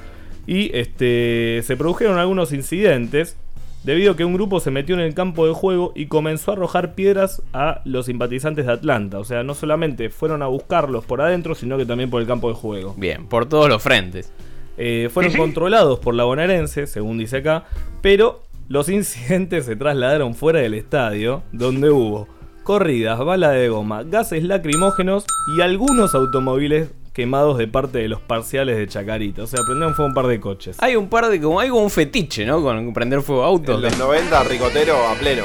Speaker 2: Y este, se produjeron algunos incidentes debido a que un grupo se metió en el campo de juego y comenzó a arrojar piedras a los simpatizantes de Atlanta. O sea, no solamente fueron a buscarlos por adentro, sino que también por el campo de juego.
Speaker 3: Bien, por todos los frentes.
Speaker 2: Eh, fueron controlados por la bonaerense, según dice acá, pero los incidentes *laughs* se trasladaron fuera del estadio, donde hubo corridas, bala de goma, gases lacrimógenos y algunos automóviles quemados de parte de los parciales de Chacarita. O sea, prendieron fuego un par de coches.
Speaker 3: Hay un par de. Como, hay como un fetiche, ¿no? Con prender fuego a autos.
Speaker 4: En los 90, ricotero a pleno.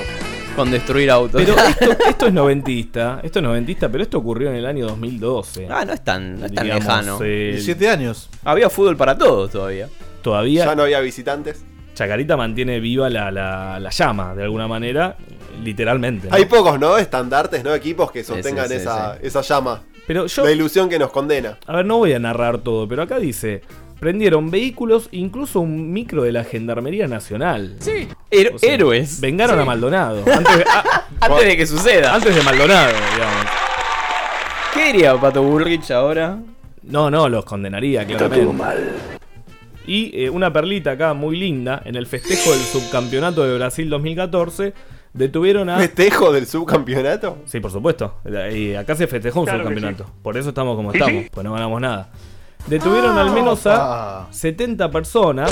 Speaker 3: Con destruir autos. *laughs*
Speaker 2: Pero esto, esto es noventista, esto es noventista, pero esto ocurrió en el año 2012.
Speaker 3: Ah, no es tan, no es tan
Speaker 2: Digamos,
Speaker 3: lejano.
Speaker 2: eh,
Speaker 5: 17 años.
Speaker 3: Había fútbol para todos todavía.
Speaker 2: Todavía
Speaker 4: Ya no había visitantes.
Speaker 2: Chacarita mantiene viva la, la- la llama, de alguna manera, literalmente. ¿no?
Speaker 4: Hay pocos, ¿no? Estandartes, ¿no? Equipos que sostengan
Speaker 2: sí, sí,
Speaker 4: esa, esa llama.
Speaker 2: Pero yo-
Speaker 4: La ilusión que nos condena.
Speaker 2: A ver, no voy a narrar todo, pero acá dice: prendieron vehículos, incluso un micro de la Gendarmería Nacional.
Speaker 3: Sí. Her-
Speaker 2: O sea,
Speaker 3: héroes.
Speaker 2: Vengaron
Speaker 3: Sí.
Speaker 2: a Maldonado. Antes de,
Speaker 3: *laughs*
Speaker 2: a-
Speaker 3: Antes de que suceda.
Speaker 2: antes de Maldonado, digamos.
Speaker 3: ¿Qué diría Pato Bullrich ahora?
Speaker 2: No, no, los condenaría, claramente. Y eh, una perlita acá muy linda, en el festejo del subcampeonato de Brasil 2014, detuvieron a...
Speaker 4: ¿Festejo del subcampeonato?
Speaker 2: Sí, por supuesto. Y acá se festejó un
Speaker 20: Claro que
Speaker 2: subcampeonato. Por eso estamos como
Speaker 20: Sí, *clears throat*
Speaker 2: estamos,
Speaker 20: sí.
Speaker 2: pues no ganamos nada. Detuvieron
Speaker 20: Ah,
Speaker 2: al menos
Speaker 4: Ah.
Speaker 2: a 70 personas,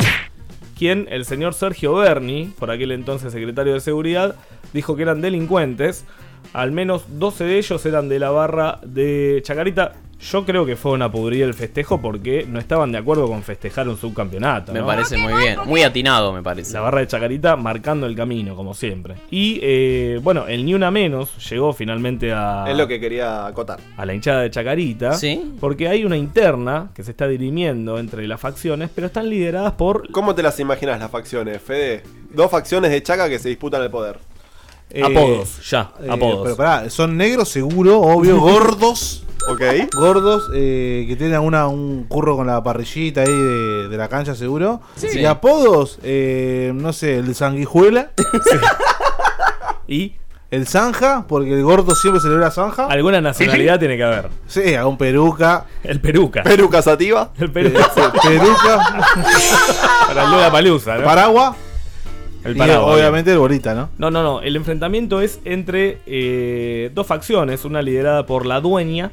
Speaker 2: quien el señor Sergio Berni, por aquel entonces secretario de Seguridad, dijo que eran delincuentes. Al menos 12 de ellos eran de la barra de Chacarita. Yo creo que fue una pudrida el festejo porque no estaban de acuerdo con festejar un subcampeonato.
Speaker 3: Me
Speaker 2: ¿no?
Speaker 3: parece muy bien. Muy atinado,
Speaker 2: *laughs*
Speaker 3: me parece.
Speaker 2: La barra de Chacarita marcando el camino, como siempre. Y eh, bueno, el Ni Una Menos llegó finalmente a
Speaker 4: Es lo que quería acotar.
Speaker 2: a la hinchada de Chacarita. Porque hay una interna que se está dirimiendo entre las facciones, pero están lideradas por.
Speaker 4: ¿Cómo te las imaginas las facciones, Fede? Dos facciones de Chaca que se disputan el poder.
Speaker 2: Eh, Apodos, ya,
Speaker 5: Eh, Pero pará, son negros seguro,
Speaker 2: *laughs*
Speaker 5: obvio, gordos.
Speaker 4: ok.
Speaker 5: Gordos, eh, que tienen alguna, un curro con la parrillita ahí de, de la cancha seguro.
Speaker 2: Sí.
Speaker 5: Y apodos, eh, no sé, el
Speaker 2: *laughs*
Speaker 5: sanguijuela.
Speaker 2: ¿Y?
Speaker 5: El zanja, porque el gordo siempre celebra zanja.
Speaker 2: Alguna nacionalidad tiene que haber.
Speaker 5: Sí, algún peruca. Eh,
Speaker 2: El peruca.
Speaker 4: Peruca sativa.
Speaker 2: *laughs* El peruca.
Speaker 5: peruca.
Speaker 2: *laughs* Para el Lola Palusa, ¿no?
Speaker 5: Paraguas.
Speaker 2: El
Speaker 5: Y,
Speaker 2: paraguas.
Speaker 5: obviamente el bolita, ¿no?
Speaker 2: No, no, no. El enfrentamiento es entre eh, dos facciones. Una liderada por la dueña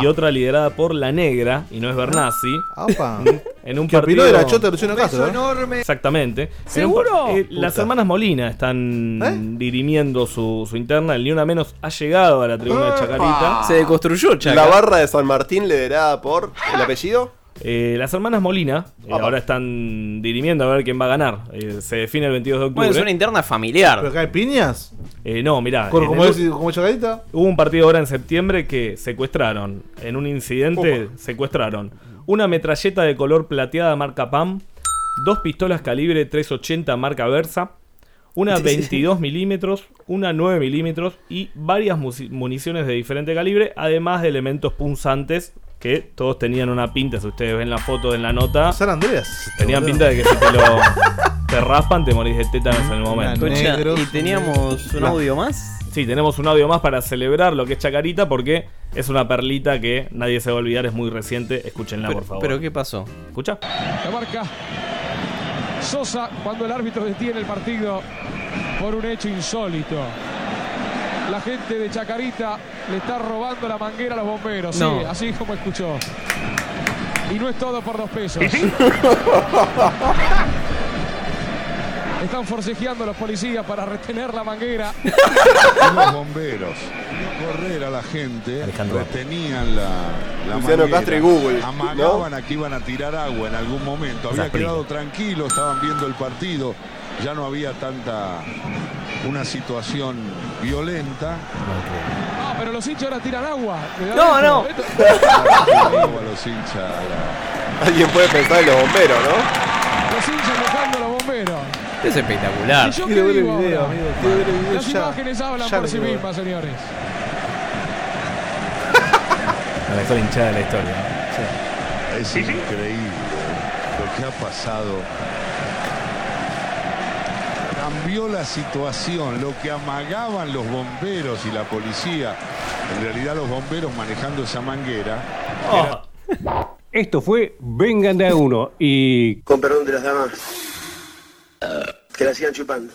Speaker 2: y otra liderada por la negra. Y no es Bernasi.
Speaker 5: Opa.
Speaker 2: *laughs* En un
Speaker 5: Que opinó
Speaker 2: partido.
Speaker 5: de la chota de Luciano Castro, ¿eh?
Speaker 2: Exactamente.
Speaker 5: ¿Seguro?
Speaker 2: En un par- eh, las
Speaker 5: Puta. ¿Eh?
Speaker 2: hermanas Molina están dirimiendo su, su interna. El ni una menos ha llegado a la tribuna de Chacarita.
Speaker 3: Se deconstruyó, Chaca.
Speaker 4: La barra de San Martín liderada por el apellido.
Speaker 2: Eh, las hermanas Molina eh, ahora están dirimiendo a ver quién va a ganar. Eh, se define el 22 de octubre.
Speaker 3: Bueno, es una interna familiar.
Speaker 5: ¿Pero acá hay piñas?
Speaker 2: Eh, no, mirá.
Speaker 5: Cor-
Speaker 2: en
Speaker 5: como
Speaker 2: el-
Speaker 5: es- como es Chacarita.
Speaker 2: Hubo un partido ahora en septiembre que secuestraron. En un incidente secuestraron una metralleta de color plateada marca PAM, dos pistolas calibre 380 marca Versa, una
Speaker 20: Sí, sí.
Speaker 2: 22 milímetros, una 9 milímetros y varias musi- municiones de diferente calibre, además de elementos punzantes que todos tenían una pinta. Si ustedes ven la foto en la nota,
Speaker 5: San Andreas.
Speaker 2: tenían
Speaker 5: boludo.
Speaker 2: pinta de que si te lo *laughs* te raspan, te morís de tétanos en el momento.
Speaker 3: Escucha, ¿y teníamos un audio más?
Speaker 2: Sí, tenemos un audio más para celebrar lo que es Chacarita porque es una perlita que nadie se va a olvidar, es muy reciente. Escúchenla,
Speaker 3: Pero-
Speaker 2: por favor.
Speaker 3: pero ¿qué pasó?
Speaker 2: Escucha.
Speaker 13: La marca Sosa cuando el árbitro detiene el partido por un hecho insólito. La gente de Chacarita le está robando la manguera a los bomberos,
Speaker 3: No.
Speaker 13: sí, así como escuchó. Y no es todo por dos pesos. Están forcejeando los policías para retener la manguera.
Speaker 14: los bomberos vio correr a la gente, retenían la, la
Speaker 4: Luciano
Speaker 14: manguera,
Speaker 4: Castro y Google, ¿no?
Speaker 14: amagaban a que iban a tirar agua en algún momento, había
Speaker 4: Zapri.
Speaker 14: quedado tranquilo, estaban viendo el partido, ya no había tanta una situación violenta.
Speaker 13: No, Ah, pero los hinchas ahora tiran agua.
Speaker 14: No, no.
Speaker 13: ¿eh? Los
Speaker 14: A los hinchas,
Speaker 4: Alguien puede pensar en los bomberos, ¿no?
Speaker 13: hinchas mojando a los bomberos.
Speaker 3: Es espectacular.
Speaker 13: ¿Y yo qué
Speaker 5: Quiero ver el
Speaker 13: digo
Speaker 5: video,
Speaker 13: ahora?
Speaker 5: amigo, quiero ver el video
Speaker 13: Las
Speaker 5: ya.
Speaker 13: imágenes hablan
Speaker 5: Ya
Speaker 13: por
Speaker 5: lo
Speaker 13: sí
Speaker 5: quiero ver.
Speaker 13: mismas, señores.
Speaker 2: La mejor hinchada de la historia.
Speaker 14: Es increíble lo que ha pasado. Cambió la situación, lo que amagaban los bomberos y la policía. En realidad los bomberos manejando esa manguera.
Speaker 2: Oh.
Speaker 11: Esto fue Vengan de a uno y.
Speaker 14: Con perdón de las damas.
Speaker 26: Que la sigan chupando.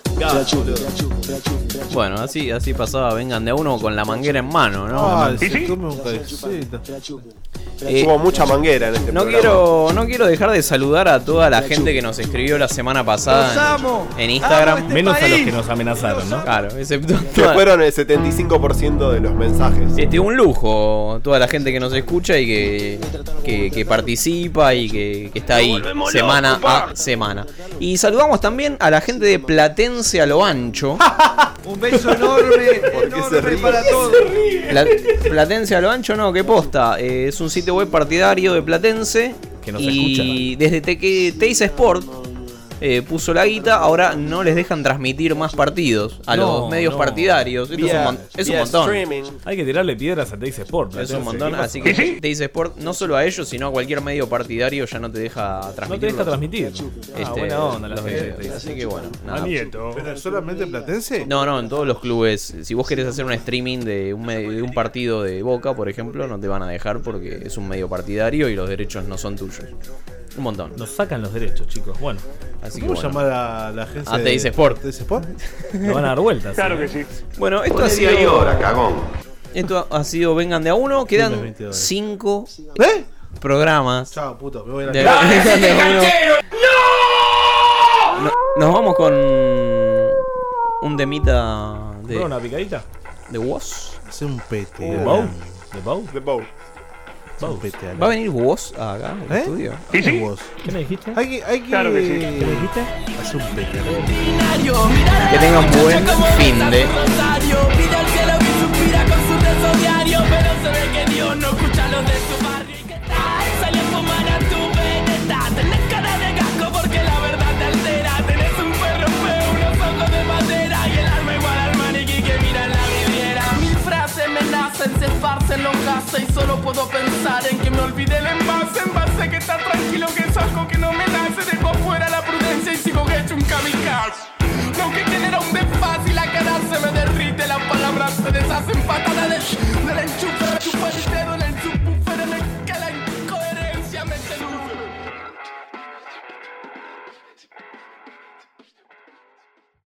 Speaker 3: Bueno, así, así pasaba, vengan de a uno con la manguera en mano, ¿no?
Speaker 5: Ah,
Speaker 3: La
Speaker 5: se
Speaker 3: man-
Speaker 5: toma un cabecito.
Speaker 3: Eh,
Speaker 4: Hubo mucha manguera en este
Speaker 3: no
Speaker 4: programa.
Speaker 3: quiero, no quiero dejar de saludar a toda la gente que nos escribió la semana pasada en, en Instagram.
Speaker 6: este
Speaker 5: este
Speaker 2: Menos a los que nos amenazaron, ¿no?
Speaker 3: Claro, excepto.
Speaker 4: Que fueron el 75% de los mensajes.
Speaker 3: Este, un lujo toda la gente que nos escucha y que, que, que participa y que, que está ahí semana a semana. Y saludamos también a la gente de Platense a lo ancho.
Speaker 27: Un beso enorme, enorme para todos.
Speaker 3: Pla- Platense a lo ancho, no, que posta. Eh, es un sitio web partidario de Platense. Que
Speaker 2: nos
Speaker 3: y desde Teque- Teis Sport eh, puso la guita, ahora no les dejan transmitir más partidos a
Speaker 2: No,
Speaker 3: los medios
Speaker 2: no.
Speaker 3: partidarios. Esto es un, mon- es un montón.
Speaker 2: Hay que tirarle piedras a Dice Sport.
Speaker 3: Es
Speaker 2: Platense.
Speaker 3: un montón,
Speaker 2: ¿Qué pasa?
Speaker 3: así que Teis Sport no solo a ellos, sino a cualquier medio partidario ya no te deja transmitir.
Speaker 2: No te deja
Speaker 3: los-
Speaker 2: transmitir.
Speaker 3: Este,
Speaker 2: Ah, buena onda la
Speaker 3: los
Speaker 2: gente de
Speaker 3: videos.
Speaker 2: Teis.
Speaker 3: Así que bueno,
Speaker 5: Ah,
Speaker 3: nada.
Speaker 5: ¿Pero solamente Platense?
Speaker 3: No, no, en todos los clubes. Si vos querés hacer un streaming de un, me- de un partido de Boca, por ejemplo, no te van a dejar porque es un medio partidario y los derechos no son tuyos. Un montón.
Speaker 2: Nos sacan los derechos, chicos. Bueno.
Speaker 3: Así que
Speaker 5: ¿Cómo
Speaker 3: bueno.
Speaker 5: llamar a la agencia?
Speaker 3: Ah, te
Speaker 5: de-
Speaker 3: dice Sport.
Speaker 5: ¿Te dice Sport?
Speaker 2: Lo
Speaker 5: *laughs*
Speaker 2: van a dar vueltas. ¿eh?
Speaker 3: Bueno, esto ha
Speaker 5: Ponele
Speaker 3: sido.
Speaker 5: ahora, cagón.
Speaker 3: Esto ha sido Vengan de a uno.
Speaker 5: Menos
Speaker 3: Quedan
Speaker 5: 20 dólares.
Speaker 3: cinco programas.
Speaker 5: ¿Eh? Chao, puto. Me voy a la
Speaker 3: de-
Speaker 5: cama.
Speaker 3: Vengan de a uno. No- nos vamos con un temita
Speaker 2: ¿Fueron
Speaker 3: de,
Speaker 2: una picadita? Uh,
Speaker 3: de Woz.
Speaker 5: Hace un pete.
Speaker 2: ¿De
Speaker 5: Alan.
Speaker 3: Eh,
Speaker 2: Bow? ¿De Bow?
Speaker 4: De Bow.
Speaker 5: Hace un pete, Alan.
Speaker 3: ¿Va a venir Woz acá al
Speaker 5: ¿Eh?
Speaker 3: estudio?
Speaker 5: ¿Qué es vos?
Speaker 2: ¿Qué me dijiste?
Speaker 5: Hay que, hay que...
Speaker 2: Claro que sí.
Speaker 5: ¿Qué me dijiste? Hace un pete. Alan.
Speaker 3: Que tengan buen fin de.
Speaker 7: Mil frases me nacen, se esparcen los gases y solo puedo pensar en que me olvide el envase, envase que está tranquilo, que es algo que no me nace, dejo fuera la prudencia y sigo hecho un kamikaze. Lo que genera un desfase y la cara se me derrite, las palabras se deshacen patadas de...